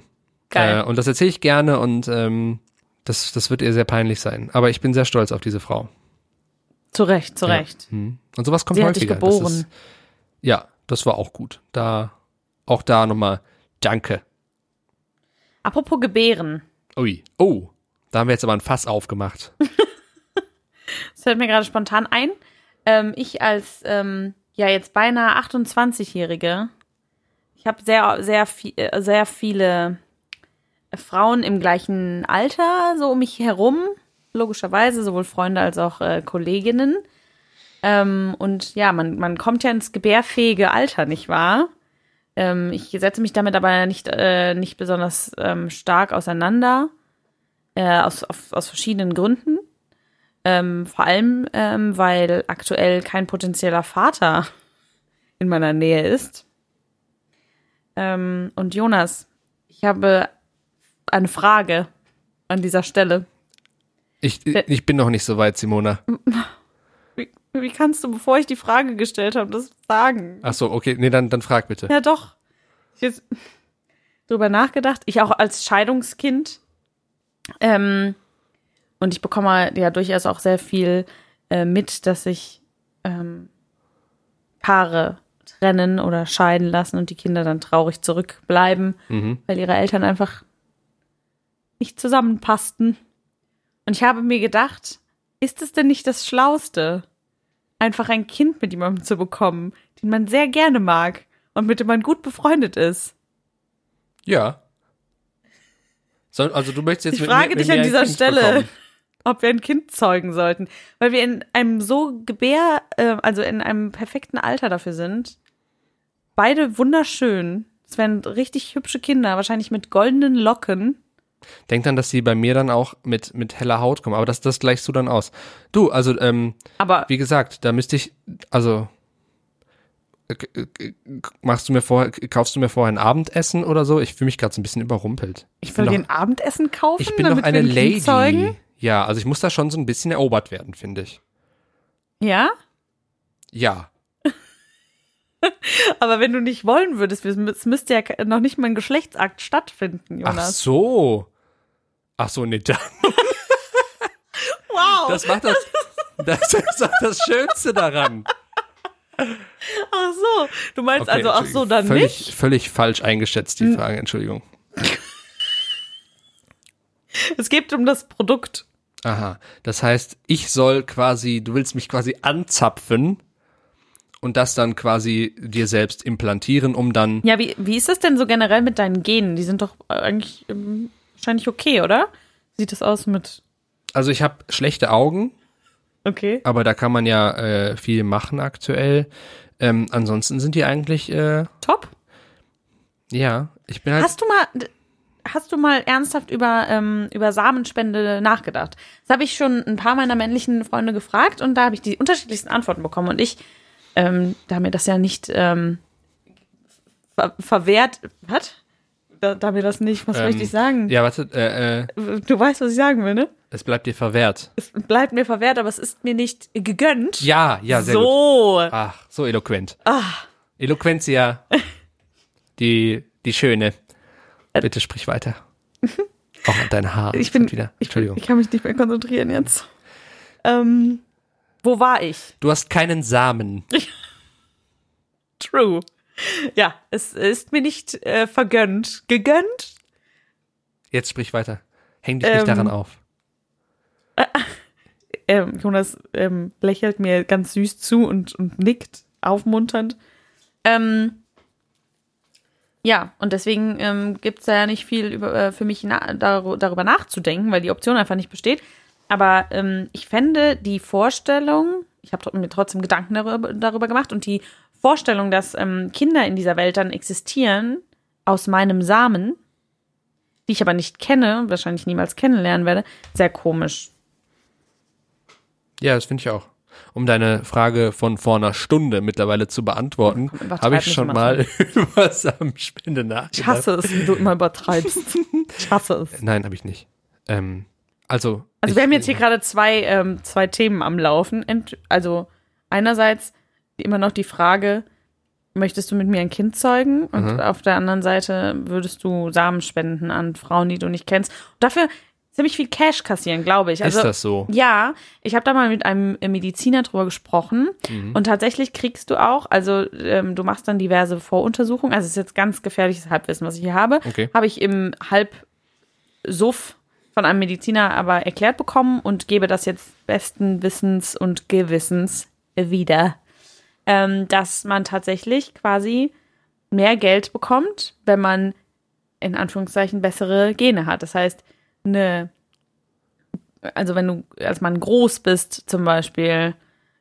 Geil.
Äh, und das erzähle ich gerne und ähm, das, das wird ihr sehr peinlich sein. Aber ich bin sehr stolz auf diese Frau.
zu Recht, zu
Ja.
Recht.
Hm. Und sowas kommt
Sie hat dich
häufiger. Das
geboren.
ist, ja, das war auch gut. Da, auch da nochmal Danke.
Apropos Gebären.
Ui. Oh, da haben wir jetzt aber ein Fass aufgemacht.
Das fällt mir gerade spontan ein. Ähm, ich als ähm, ja jetzt beinahe 28-Jährige, ich habe sehr, sehr, viel, äh, sehr viele Frauen im gleichen Alter so um mich herum, logischerweise, sowohl Freunde als auch äh, Kolleginnen. Ähm, und ja, man, man kommt ja ins gebärfähige Alter, nicht wahr? Ähm, ich setze mich damit aber nicht, äh, nicht besonders ähm, stark auseinander, äh, aus, auf, aus verschiedenen Gründen. Ähm, vor allem, ähm, weil aktuell kein potenzieller Vater in meiner Nähe ist. Ähm, und Jonas, ich habe eine Frage an dieser Stelle.
Ich, ich bin noch nicht so weit, Simona.
Wie, wie kannst du, bevor ich die Frage gestellt habe, das sagen?
Ach so, okay, nee, dann, dann frag bitte.
Ja, doch. Ich jetzt drüber nachgedacht. Ich auch als Scheidungskind. Ähm, und ich bekomme ja durchaus auch sehr viel äh, mit, dass sich ähm, Paare trennen oder scheiden lassen und die Kinder dann traurig zurückbleiben,
Mhm.
weil ihre Eltern einfach nicht zusammenpassten. Und ich habe mir gedacht, ist es denn nicht das Schlauste, einfach ein Kind mit jemandem zu bekommen, den man sehr gerne mag und mit dem man gut befreundet ist?
Ja. Soll- also du möchtest jetzt
Ich
mit
frage
mir,
dich
mit mir
an
ein
dieser
Kind
Stelle,
bekommen.
ob wir ein Kind zeugen sollten, weil wir in einem so Gebär, äh, also in einem perfekten Alter dafür sind. Beide wunderschön. Es wären richtig hübsche Kinder, wahrscheinlich mit goldenen Locken.
Denk dann, dass die bei mir dann auch mit, mit heller Haut kommen. Aber das, das gleichst du dann aus. Du, also, ähm,
Aber
wie gesagt, da müsste ich, also, äh, k- k- machst du mir vorher, kaufst du mir vorher ein Abendessen oder so? Ich fühle mich gerade so ein bisschen überrumpelt.
ich will
bin
dir ein Abendessen kaufen,
ich bin
damit
doch eine
wir ein
Lady.
Kind zeugen.
Ja, also ich muss da schon so ein bisschen erobert werden, finde ich.
Ja,
Ja.
aber wenn du nicht wollen würdest, wir- es müsste ja ke- noch nicht mal ein Geschlechtsakt stattfinden,
Ach
Jonas.
so. Ach so, nee, da,
Wow,
das macht das, das ist doch das Schönste daran.
ach so. Du meinst
Okay,
also, ach so, dann
völlig,
nicht? Hm.
Völlig falsch eingeschätzt, die Frage, Entschuldigung.
Es geht um das Produkt.
Aha. Das heißt, ich soll quasi, du willst mich quasi anzapfen und das dann quasi dir selbst implantieren, um dann.
Ja, wie, wie ist das denn so generell mit deinen Genen? Die sind doch äh, eigentlich ähm, wahrscheinlich okay, oder? Sieht das aus mit.
Also ich habe schlechte Augen,
Okay.
aber da kann man ja äh, viel machen aktuell. Ähm, ansonsten sind die eigentlich, äh,
Top.
ja, ich bin halt.
Hast du mal. d- Hast du mal ernsthaft über, ähm, über Samenspende nachgedacht? Das habe ich schon ein paar meiner männlichen Freunde gefragt und da habe ich die unterschiedlichsten Antworten bekommen. Und ich, ähm, da mir das ja nicht ähm, ver verwehrt. Was? Da, da mir das nicht, was
ähm,
möchte ich sagen?
Ja, warte, äh, äh,
Du weißt, was ich sagen will, ne?
es bleibt dir verwehrt.
Es bleibt mir verwehrt, aber es ist mir nicht gegönnt.
Ja, ja, sehr gut. Ah,
so.
Ach, so eloquent. Ah. Eloquentia. Die, die Schöne. Bitte sprich weiter. Auch an dein Haar.
Äh. Ich bin
Kommt wieder.
Ich,
Entschuldigung.
ich kann mich nicht mehr konzentrieren jetzt. Ähm, wo war ich?
du hast keinen Samen.
True. Ja, es ist mir nicht äh, vergönnt. Gegönnt?
Jetzt sprich weiter. Häng dich
Ähm.
nicht daran auf.
Ähm, Jonas ähm, lächelt mir ganz süß zu und, und nickt aufmunternd. Ähm, ja, und deswegen ähm, gibt es da ja nicht viel über, äh, für mich na dar darüber nachzudenken, weil die Option einfach nicht besteht. Aber ähm, ich fände die Vorstellung, ich habe mir trotzdem Gedanken darüber, darüber gemacht, und die Vorstellung, dass ähm, Kinder in dieser Welt dann existieren, aus meinem Samen, die ich aber nicht kenne, wahrscheinlich niemals kennenlernen werde, sehr komisch.
Ja, das finde ich auch. um deine Frage von vor einer Stunde mittlerweile zu beantworten,
komm, übertreib
habe ich
nicht
schon
immer
mal über Samenspende nachgedacht.
Ich hasse es, wie du immer übertreibst. Ich hasse es.
Nein, habe ich nicht. Ähm, also,
Also
ich,
wir haben jetzt hier gerade zwei, ähm, zwei Themen am Laufen. Ent also einerseits immer noch die Frage, möchtest du mit mir ein Kind zeugen? Und
Mhm.
auf der anderen Seite würdest du Samen spenden an Frauen, die du nicht kennst. Und dafür ziemlich viel Cash kassieren, glaube ich. Also,
ist das so?
Ja, ich habe da mal mit einem äh, Mediziner drüber gesprochen
Mhm.
und tatsächlich kriegst du auch, also ähm, du machst dann diverse Voruntersuchungen, also es ist jetzt ganz gefährliches Halbwissen, was ich hier habe,
Okay.
habe ich im Halbsuff von einem Mediziner aber erklärt bekommen und gebe das jetzt besten Wissens und Gewissens wieder, ähm, dass man tatsächlich quasi mehr Geld bekommt, wenn man in Anführungszeichen bessere Gene hat. Das heißt, eine, also wenn du als Mann groß bist, zum Beispiel,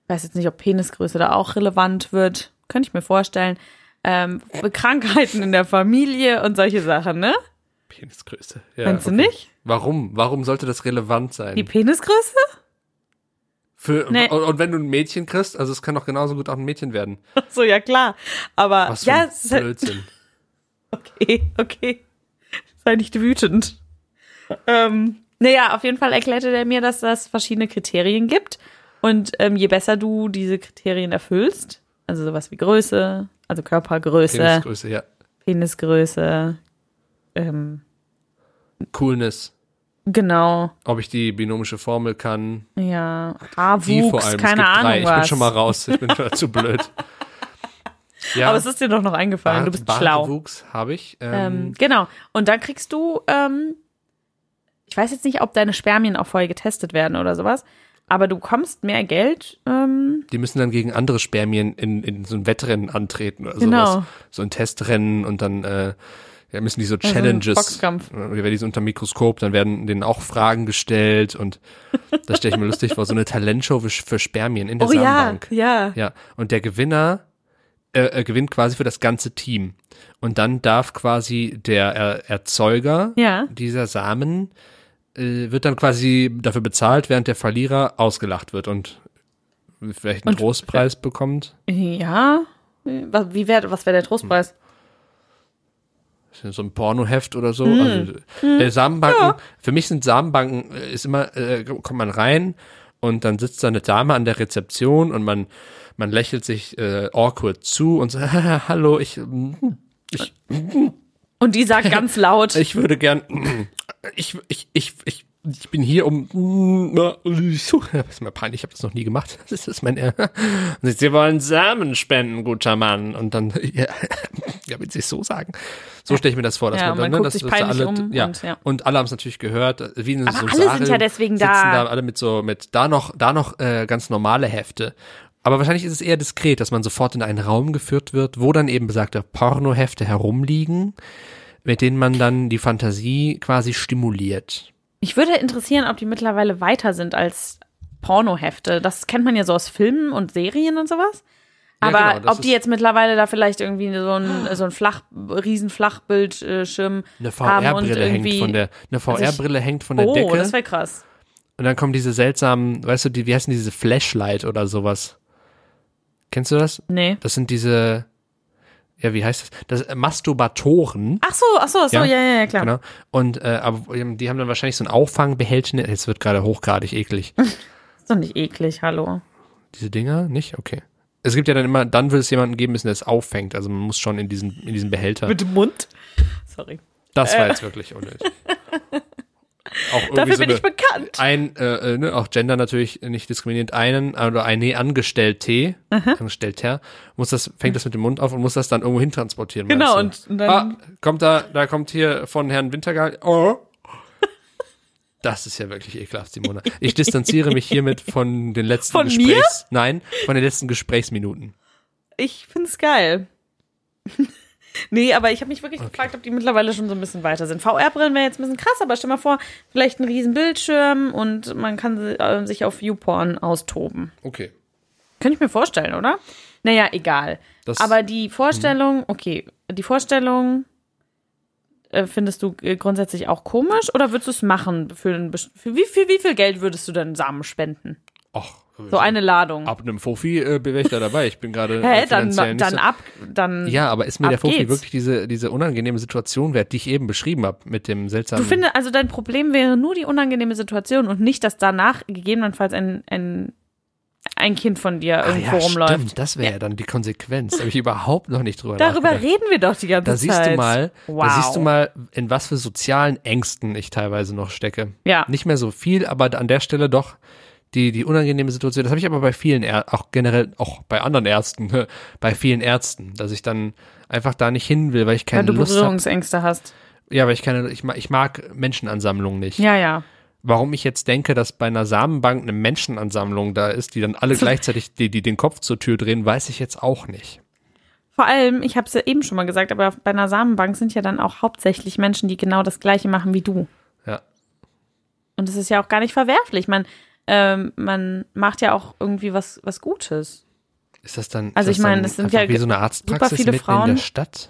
ich weiß jetzt nicht, ob Penisgröße da auch relevant wird, könnte ich mir vorstellen. Ähm, Krankheiten in der Familie und solche Sachen, ne?
Penisgröße. Ja,
Meinst du
okay.
nicht?
Warum? Warum sollte das relevant sein?
Die Penisgröße?
Für,
Nee.
und, und wenn du ein Mädchen kriegst, also es kann doch genauso gut auch ein Mädchen werden.
So, ja klar. Aber
Was für
ja,
ein
es ist halt,
Blödsinn.
okay, okay. Sei nicht wütend. Ähm, naja, auf jeden Fall erklärte der mir, dass das verschiedene Kriterien gibt. Und ähm, je besser du diese Kriterien erfüllst, also sowas wie Größe, also Körpergröße,
Penisgröße, ja.
Penisgröße, ähm,
Coolness.
genau,
Ob ich die binomische Formel kann.
ja,
Die vor
Haarwuchs,
allem.
keine
es gibt
Ahnung
drei. Ich
was.
bin schon mal raus. Ich bin schon zu blöd. Ja.
Aber es ist dir doch noch eingefallen, du bist
Bart-
schlau.
Bartwuchs habe ich.
Ähm,
Ähm,
genau. Und dann kriegst du, ähm, ich weiß jetzt nicht, ob deine Spermien auch vorher getestet werden oder sowas, aber du bekommst mehr Geld. Ähm,
die müssen dann gegen andere Spermien in, in so ein Wettrennen antreten oder
Genau.
sowas. So ein Testrennen und dann äh, ja, müssen die so
so ein
Challenges.
Boxkampf.
Äh, Die werden die so unter Mikroskop, dann werden denen auch Fragen gestellt und das stelle ich mir lustig vor, so eine Talentshow für, für Spermien in der
oh ja,
Samenbank.
ja.
Ja, und der Gewinner äh, äh, gewinnt quasi für das ganze Team. Und dann darf quasi der äh, Erzeuger
Ja.
dieser Samen äh, wird dann quasi dafür bezahlt, während der Verlierer ausgelacht wird und vielleicht einen
Und-
Trostpreis bekommt.
Ja. Was, wie wär, was wäre der Trostpreis?
So ein Pornoheft oder so. Also, äh, Samenbanken, für mich sind Samenbanken, äh, ist immer, äh, kommt man rein und dann sitzt da eine Dame an der Rezeption und man, man lächelt sich äh, awkward zu und sagt, hallo, ich, hm, ich
Und die sagt ganz laut,
Ich würde gern. Ich, ich, ich, ich, ich bin hier um. Das ist mir peinlich, ich habe das noch nie gemacht. Das ist mein. Und sie, sie wollen Samen spenden, guter Mann. Und dann. Ja, ja will sie es so sagen. So stelle ich mir das vor, dass man,
Ja, und man
ne,
guckt
dass,
sich
dass
peinlich
alle,
um
ja,
und,
und,
ja.
alle haben es natürlich gehört. Wie in
Aber alle sind ja deswegen da.
Sitzen da alle mit so, mit da noch, da noch äh, ganz normale Hefte. Aber wahrscheinlich ist es eher diskret, dass man sofort in einen Raum geführt wird, wo dann eben besagte Pornohefte herumliegen mit denen man dann die Fantasie quasi stimuliert.
Mich würde interessieren, ob die mittlerweile weiter sind als Pornohefte. Das kennt man ja so aus Filmen und Serien und sowas.
Ja,
Aber
genau, das
ob die
ist-
jetzt mittlerweile da vielleicht irgendwie so ein, so ein Flach, riesen Flachbildschirm
Eine
haben und
VR-Brille hängt
irgendwie. Also
von der, eine
ich-
VR-Brille hängt von der
oh,
Decke
das wäre krass.
und dann kommen diese seltsamen, weißt du, die, wie heißen diese Flashlight oder sowas? Kennst du das?
Nee.
Das sind diese, ja, wie heißt das? Das äh, Masturbatoren.
Ach so, ach so, ach so, ja,
Ja,
ja, ja, klar.
Genau. Und äh, aber ähm, die haben dann wahrscheinlich so ein Auffangbehältnis. Jetzt ne, wird gerade hochgradig eklig.
Ist doch nicht eklig, hallo.
Diese Dinger? Nicht? Okay. Es gibt ja dann immer, dann will es jemanden geben müssen, der es auffängt. Also man muss schon in diesen, in diesen Behälter.
Mit dem Mund? Sorry.
Das war jetzt wirklich unnötig. Auch irgendwie
Äh. Dafür
so
bin
eine-
ich bekannt.
ein, äh, äh, ne, auch Gender natürlich nicht diskriminierend, einen oder eine Angestellte, Angestellter, muss das, fängt das mit dem Mund auf und muss das dann irgendwo hin transportieren.
Genau,
meinst du?
und dann-
ah, kommt da, da kommt hier von Herrn Wintergal, oh. Das ist ja wirklich ekelhaft, Simone. Ich distanziere mich hiermit von den letzten
Von mir?
Gesprächs, nein, von den letzten Gesprächsminuten.
Ich find's geil. nee, aber ich habe mich wirklich gefragt, ob die mittlerweile schon so ein bisschen weiter sind. VR-Brillen wäre jetzt ein bisschen krass, aber stell mal vor, vielleicht ein riesen Bildschirm und man kann si- äh, sich auf YouPorn austoben.
Okay.
Könnte ich mir vorstellen, oder? Naja, egal.
Das- Mhm.
aber die Vorstellung, okay, die Vorstellung äh, findest du äh, grundsätzlich auch komisch oder würdest du es machen? Für, ein, best- für, wie, für wie viel Geld würdest du denn Samen spenden?
Ach,
So eine Ladung.
ab einem Fofi äh, wäre ich da dabei. Ich bin gerade
Hä,
äh,
dann,
finanziell nicht
dann
so,
ab, dann.
Ja, aber ist mir
ab
der Fofi
geht's.
wirklich diese, diese unangenehme Situation wert, die ich eben beschrieben habe mit dem seltsamen.
Du findest, also dein Problem wäre nur die unangenehme Situation und nicht, dass danach gegebenenfalls ein, ein, ein Kind von dir
Ach
irgendwo
Ah ja,
rumläuft.
stimmt, das wäre ja dann die Konsequenz. Da habe ich überhaupt noch nicht drüber
Darüber
nachgedacht.
reden wir doch die ganze
Da
Zeit.
siehst du mal,
Wow.
da siehst du mal, in was für sozialen Ängsten ich teilweise noch stecke.
Ja.
Nicht mehr so viel, aber an der Stelle doch die, die unangenehme Situation. Das habe ich aber bei vielen, Är auch generell, auch bei anderen Ärzten, ne, bei vielen Ärzten, dass ich dann einfach da nicht hin will, weil ich
Wenn
keine
du
Lust habe.
Berührungsängste hast.
Ja, weil ich keine, ich mag, ich mag Menschenansammlungen nicht.
Ja, ja.
Warum ich jetzt denke, dass bei einer Samenbank eine Menschenansammlung da ist, die dann alle gleichzeitig die, die den Kopf zur Tür drehen, weiß ich jetzt auch nicht.
Vor allem, ich habe es ja eben schon mal gesagt, aber bei einer Samenbank sind ja dann auch hauptsächlich Menschen, die genau das Gleiche machen wie du.
Ja.
Und das ist ja auch gar nicht verwerflich. Man, ähm, man macht ja auch irgendwie was, was Gutes.
Ist das dann,
Also
ist
ich
das
meine,
dann
das sind
einfach
ja
wie so eine
super
Arztpraxis
viele
mitten in
Frauen.
der Stadt?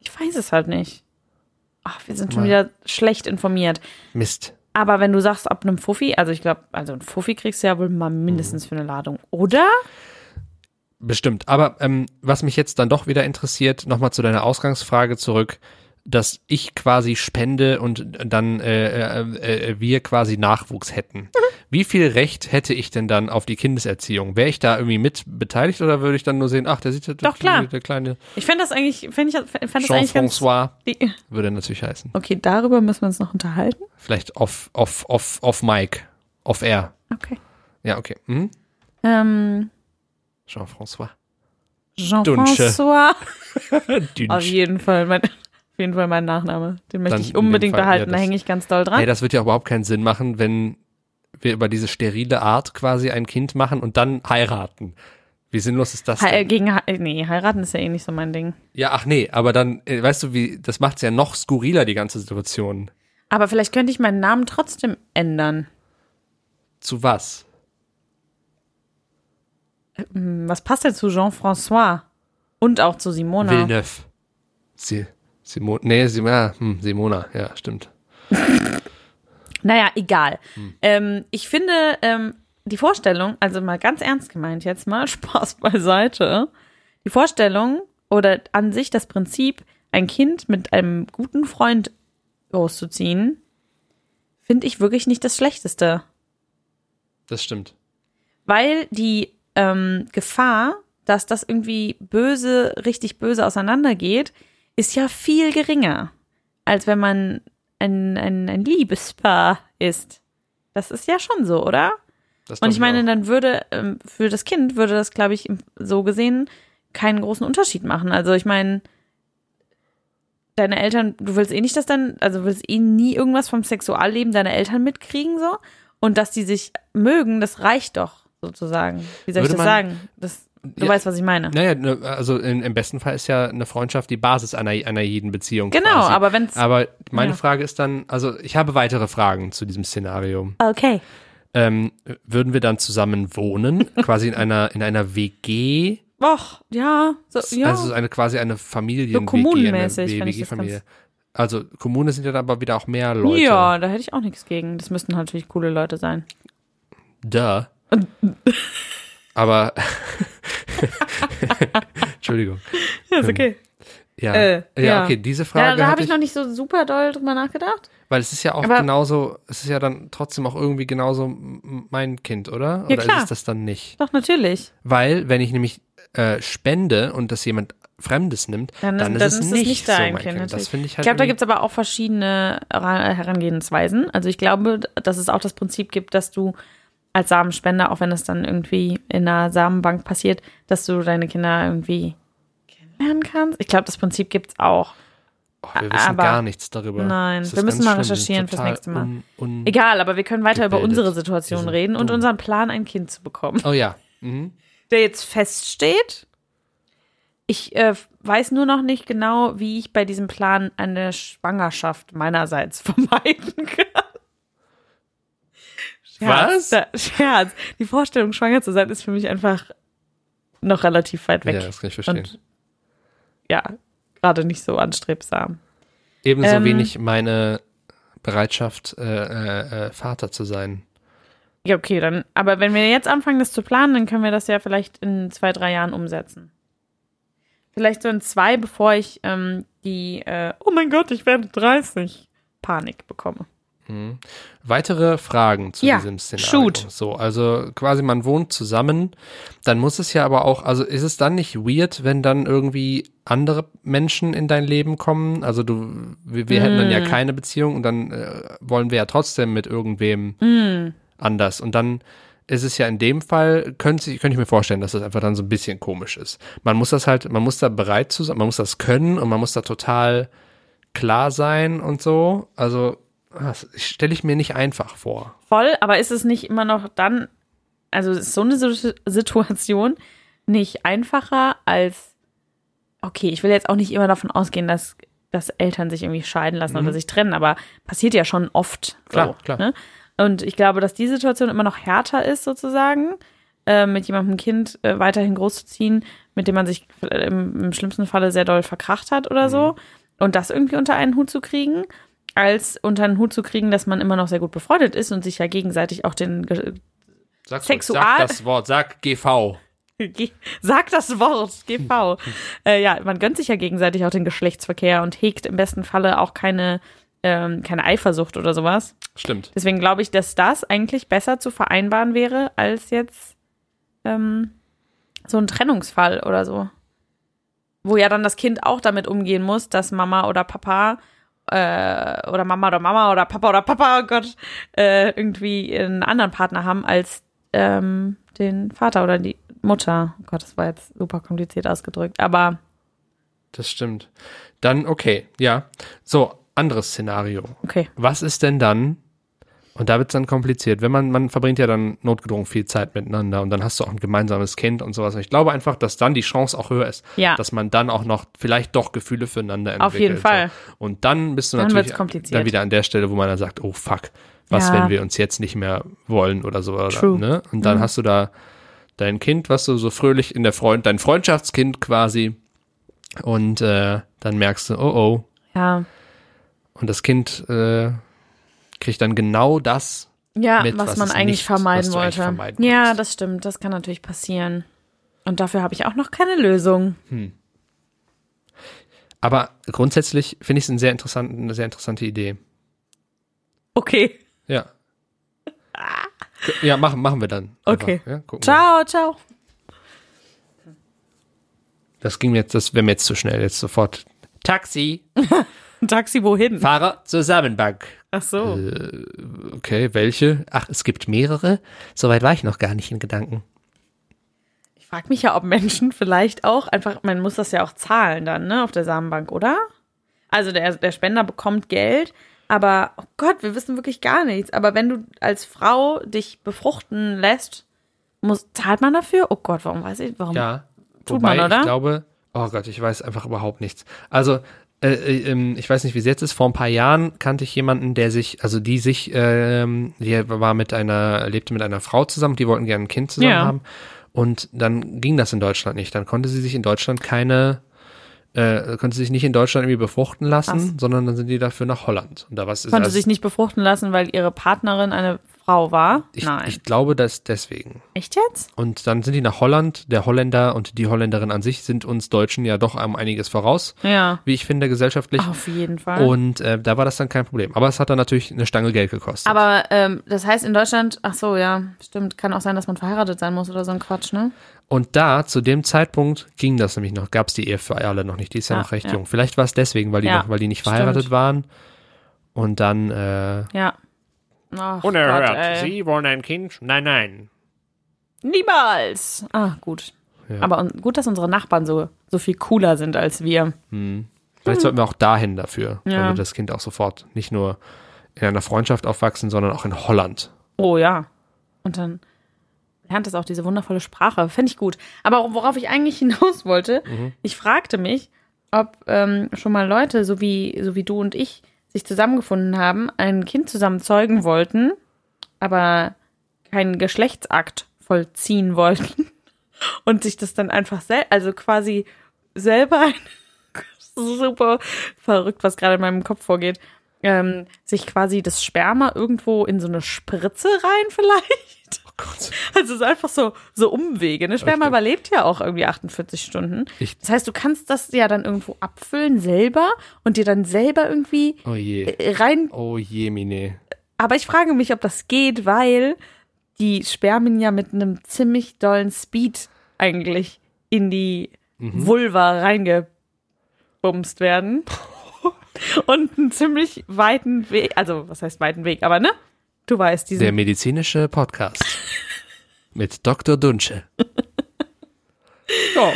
Ich weiß es halt nicht. Ach, wir sind schon
Mal.
wieder schlecht informiert.
Mist.
Aber wenn du sagst, ab einem Fuffi, also ich glaube, also ein Fuffi kriegst du ja wohl mal mindestens
Mhm.
für eine Ladung, oder?
Bestimmt. Aber ähm, was mich jetzt dann doch wieder interessiert, nochmal zu deiner Ausgangsfrage zurück, dass ich quasi spende und dann äh, äh, äh, wir quasi Nachwuchs hätten. Wie viel Recht hätte ich denn dann auf die Kindeserziehung? Wäre ich da irgendwie mit beteiligt oder würde ich dann nur sehen, ach, der sieht ja
Doch, klar.
der kleine
Ich fände das eigentlich, fänd ich, fänd das eigentlich ganz.
Jean-François
Die-
würde natürlich heißen.
Okay, darüber müssen wir uns noch unterhalten.
Vielleicht off, off, off, off Mike, off air.
Okay.
Ja, okay. Mhm.
Ähm,
Jean-François.
Jean-François. Auf
Dünsch.
jeden Fall, mein, auf jeden Fall mein Nachname. Den möchte
Dann in
ich
dem
unbedingt
Fall eher
behalten, da
das-
hänge ich ganz doll dran.
Nee, das wird ja überhaupt keinen Sinn machen, wenn wir über diese sterile Art quasi ein Kind machen und dann heiraten. Wie sinnlos ist das
He- äh,
denn?
gegen, he- nee, heiraten ist ja eh nicht so mein Ding.
Ja, ach nee, aber dann, äh, weißt du, wie, das macht's ja noch skurriler, die ganze Situation.
Aber vielleicht könnte ich meinen Namen trotzdem ändern.
Zu was?
Hm, Was passt denn zu Jean-François? Und auch zu Simona.
Villeneuve. Sie, Simon, nee, Simona, hm, Simona, ja, stimmt.
Naja, egal. Ähm, ich finde ähm, die Vorstellung, also mal ganz ernst gemeint jetzt mal, Spaß beiseite, die Vorstellung oder an sich das Prinzip, ein Kind mit einem guten Freund großzuziehen, finde ich wirklich nicht das Schlechteste.
Das stimmt.
Weil die ähm, Gefahr, dass das irgendwie böse, richtig böse auseinandergeht, ist ja viel geringer, als wenn man ein, ein, ein Liebespaar ist. Das ist ja schon so, oder?
Das glaub
Und ich meine,
auch.
dann würde ähm, für das Kind würde das, glaube ich, im- so gesehen keinen großen Unterschied machen. Also ich meine, deine Eltern, du willst eh nicht, dass dann, also willst eh nie irgendwas vom Sexualleben deiner Eltern mitkriegen so und dass die sich mögen, das reicht doch sozusagen. Wie soll
Würde
ich das
man-
sagen? Das, du
Ja.
weißt, was ich meine.
Naja, ne, also in, im besten Fall ist ja eine Freundschaft die Basis einer, einer jeden Beziehung.
genau,
quasi.
aber wenn's
Aber meine
Ja.
Frage ist dann, also ich habe weitere Fragen zu diesem Szenario.
okay,
ähm, würden wir dann zusammen wohnen, quasi in einer in einer WG,
Och, ja, so, ja.
also eine quasi eine Familien
So kommunenmäßig
WG,
finde
eine
ich das
WG-Familie.
ganz-
Also Kommune sind ja dann aber wieder auch mehr Leute.
ja, da hätte ich auch nichts gegen. Das müssten natürlich coole Leute sein.
Duh. aber Entschuldigung.
Ja,
ist okay. Ja.
Äh,
ja,
ja.
okay, diese
Ja,
Frage
da habe
hatte
ich
ich,
noch nicht so super doll drüber nachgedacht.
weil es ist ja auch
Aber-
genauso, es ist ja dann trotzdem auch irgendwie genauso m- mein Kind, oder?
Ja,
oder
klar.
ist es das dann nicht?
Doch, natürlich.
Weil, wenn ich nämlich äh, spende und das jemand Fremdes nimmt, dann,
Dann-
ist,
dann
es
ist es
nicht,
nicht
so
dein
mein
Kind,
Kind. Das
natürlich.
finde ich
Ich
halt.
glaube, da gibt
irgendwie-
es aber auch verschiedene Ra- äh, Herangehensweisen. Also ich glaube, dass es auch das Prinzip gibt, dass du als Samenspender, auch wenn es dann irgendwie in einer Samenbank passiert, dass du deine Kinder irgendwie kennenlernen kannst. Ich glaube, das Prinzip gibt es auch.
oh, wir wissen
aber-
gar nichts darüber.
Nein,
Es ist
wir müssen
ganz schlimm,
mal
sind
recherchieren fürs
total
nächste Mal.
Un, un,
Egal, aber wir können weiter über
Gebildet.
unsere
Wir
Situation
sind
reden und
dumm.
unseren Plan, ein Kind zu bekommen.
Oh ja. Mhm.
der jetzt feststeht. Ich äh, weiß nur noch nicht genau, wie ich bei diesem Plan eine Schwangerschaft meinerseits vermeiden kann.
Was?
Scherz, da, Scherz. Die Vorstellung, schwanger zu sein, ist für mich einfach noch relativ weit
Ja,
weg.
das kann ich verstehen.
Und ja, gerade nicht so anstrebsam.
Ebenso
ähm,
wenig meine Bereitschaft, äh, äh, äh, Vater zu sein.
Ja, okay, dann. Aber wenn wir jetzt anfangen, das zu planen, dann können wir das ja vielleicht in zwei, drei Jahren umsetzen. Vielleicht so in zwei, bevor ich ähm, die, äh, oh mein Gott, ich werde 30, Panik bekomme.
Weitere Fragen zu
Ja,
diesem Szenario.
shoot.
So, also quasi man wohnt zusammen, dann muss es ja aber auch, also ist es dann nicht weird, wenn dann irgendwie andere Menschen in dein Leben kommen? Also du, wir, wir hätten dann ja keine Beziehung und dann äh, wollen wir ja trotzdem mit irgendwem anders. Und dann ist es ja in dem Fall, könnte ich, könnte ich mir vorstellen, dass das einfach dann so ein bisschen komisch ist. Man muss das halt, man muss da bereit zu sein, man muss das können und man muss da total klar sein und so. Also, das stelle ich mir nicht einfach vor.
Voll, aber ist es nicht immer noch dann, also ist so eine Situ- Situation nicht einfacher als, okay, ich will jetzt auch nicht immer davon ausgehen, dass, dass Eltern sich irgendwie scheiden lassen oder sich trennen, aber passiert ja schon oft.
Klar,
so,
klar.
Ne? Und ich glaube, dass die Situation immer noch härter ist, sozusagen, äh, mit jemandem ein Kind äh, weiterhin großzuziehen, mit dem man sich äh, im, im schlimmsten Falle sehr doll verkracht hat oder so.
Mhm.
Und das irgendwie unter einen Hut zu kriegen, als unter einen Hut zu kriegen, dass man immer noch sehr gut befreundet ist und sich ja gegenseitig auch den. Ge
Sag,
Sexual-
sag das Wort, sag GV.
Ge Sag das Wort, GV. äh, ja, man gönnt sich ja gegenseitig auch den Geschlechtsverkehr und hegt im besten Falle auch keine, ähm, keine Eifersucht oder sowas.
Stimmt.
Deswegen glaube ich, dass das eigentlich besser zu vereinbaren wäre als jetzt ähm, so ein Trennungsfall oder so. Wo ja dann das Kind auch damit umgehen muss, dass Mama oder Papa äh, oder Mama oder Mama oder Papa oder Papa, oh Gott, äh, irgendwie einen anderen Partner haben als ähm, den Vater oder die Mutter. Oh Gott, das war jetzt super kompliziert ausgedrückt. Aber
Das stimmt. Dann, okay, ja. So, anderes Szenario.
okay.
Was ist denn dann? Und da wird's dann kompliziert. Wenn man, man verbringt ja dann notgedrungen viel Zeit miteinander und dann hast du auch ein gemeinsames Kind und sowas. Und ich glaube einfach, dass dann die Chance auch höher ist,
Ja.
dass man dann auch noch vielleicht doch Gefühle füreinander entwickelt.
Auf jeden Fall.
So. Und dann bist du
Dann
natürlich
wird's kompliziert.
dann wieder an der Stelle, wo man dann sagt, oh fuck, was,
Ja.
wenn wir uns jetzt nicht mehr wollen oder so. Oder,
True. Mhm.
Ne? Und dann hast du da dein Kind, was du so fröhlich in der Freund, dein Freundschaftskind quasi. Und äh, dann merkst du, oh oh,
Ja.
und das Kind äh, kriegt dann genau das.
Ja,
mit,
was,
was
man
es
eigentlich
nicht-
vermeiden
was du
wollte.
eigentlich vermeiden
ja,
wolltest.
das stimmt. Das kann natürlich passieren. Und dafür habe ich auch noch keine Lösung.
Aber grundsätzlich finde ich es eine sehr interessanten- eine sehr interessante Idee.
Okay.
Ja. Ja, machen, machen wir dann.
Okay.
Einfach, ja, gucken wir.
Ciao, ciao.
Das ging mir jetzt, das wäre mir jetzt zu schnell, jetzt sofort. Taxi,
Ein Taxi wohin?
Fahrer Zusammenbank.
Ach so.
Äh. Okay, welche? Ach, es gibt mehrere. Soweit war ich noch gar nicht in Gedanken.
Ich frage mich ja, ob Menschen vielleicht auch einfach, man muss das ja auch zahlen dann, ne, auf der Samenbank, oder? Also der, der Spender bekommt Geld, aber oh Gott, wir wissen wirklich gar nichts. Aber wenn du als Frau dich befruchten lässt, muss, zahlt man dafür? Oh Gott, warum weiß ich, warum?
Ja.
Tut
wobei
man, oder?
ich glaube, oh Gott, ich weiß einfach überhaupt nichts. Also, äh, äh, ähm, ich weiß nicht, wie es jetzt ist. Vor ein paar Jahren kannte ich jemanden, der sich, also die sich, ähm, die war mit einer, lebte mit einer Frau zusammen, die wollten gerne ein Kind zusammen
Ja.
haben. Und dann ging das in Deutschland nicht. Dann konnte sie sich in Deutschland keine, äh, konnte sich nicht in Deutschland irgendwie befruchten lassen, sondern dann sind die dafür nach Holland. Und da was ist
Konnte
also-
sich nicht befruchten lassen, weil ihre Partnerin eine Frau war?
ich,
Nein.
ich glaube, dass deswegen.
Echt jetzt?
Und dann sind die nach Holland. Der Holländer und die Holländerin an sich sind uns Deutschen ja doch um einiges voraus,
Ja.
wie ich finde, gesellschaftlich.
Auf jeden Fall.
Und äh, da war das dann kein Problem. Aber es hat dann natürlich eine Stange Geld gekostet.
aber ähm, das heißt in Deutschland, ach so, ja, stimmt, kann auch sein, dass man verheiratet sein muss oder so ein Quatsch, ne?
und da, zu dem Zeitpunkt, ging das nämlich noch, gab es die Ehe für alle noch nicht. Die ist ja,
Ja,
noch recht
ja.
jung. Vielleicht war es deswegen, weil die,
Ja,
noch, weil die nicht
stimmt.
verheiratet waren. Und dann. Äh,
Ja. Ach,
Oh
Gott, ey.
wollen ein Kind? Nein, nein.
Niemals. Ah, gut.
Ja.
Aber un- gut, dass unsere Nachbarn so, so viel cooler sind als wir.
Hm. Vielleicht sollten wir auch dahin dafür,
Ja.
damit das Kind auch sofort nicht nur in einer Freundschaft aufwachsen, sondern auch in Holland.
Oh ja. Und dann lernt es auch diese wundervolle Sprache. Fände ich gut. Aber worauf ich eigentlich hinaus wollte, ich fragte mich, ob ähm, schon mal Leute, so wie, so wie du und ich, sich zusammengefunden haben, ein Kind zusammen zeugen wollten, aber keinen Geschlechtsakt vollziehen wollten und sich das dann einfach selbst, also quasi selber super verrückt, was gerade in meinem Kopf vorgeht, äh, ähm, sich quasi das Sperma irgendwo in so eine Spritze rein vielleicht.
Oh Gott.
Also es ist einfach so, so Umwege. Ne? Sperma
Richtig.
überlebt ja auch irgendwie 48 Stunden.
Ich-
Das heißt, du kannst das ja dann irgendwo abfüllen selber und dir dann selber irgendwie
Oh je.
äh, rein.
Oh je, Mine.
Aber ich frage mich, ob das geht, weil die Spermien ja mit einem ziemlich dollen Speed eigentlich in die Mhm. Vulva reingebumst werden. Und einen ziemlich weiten Weg, also was heißt weiten Weg, aber ne? Du weißt, diesen
Der medizinische Podcast. Mit Dr. Dunsche. ja,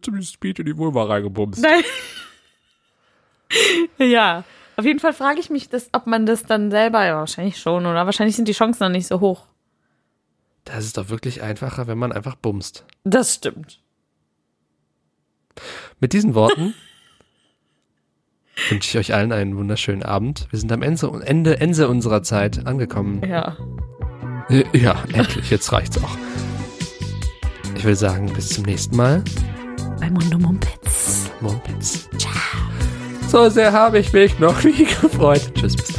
ziemlich Speed in die Vulva reingebumst.
Nein. ja. Auf jeden Fall frage ich mich, das, ob man das dann selber, ja, wahrscheinlich schon, oder? Wahrscheinlich sind die Chancen noch nicht so hoch.
Das ist doch wirklich einfacher, wenn man einfach bumst.
Das stimmt.
Mit diesen Worten wünsche ich euch allen einen wunderschönen Abend. Wir sind am Ende, Ende, Ende unserer Zeit angekommen.
Ja.
Äh, Ja, endlich. Jetzt reicht's auch. Ich will sagen, bis zum nächsten Mal.
Bei Mundo Mumpitz.
Mumpitz. Ciao. So sehr habe ich mich noch nie gefreut. Tschüss, bis dann.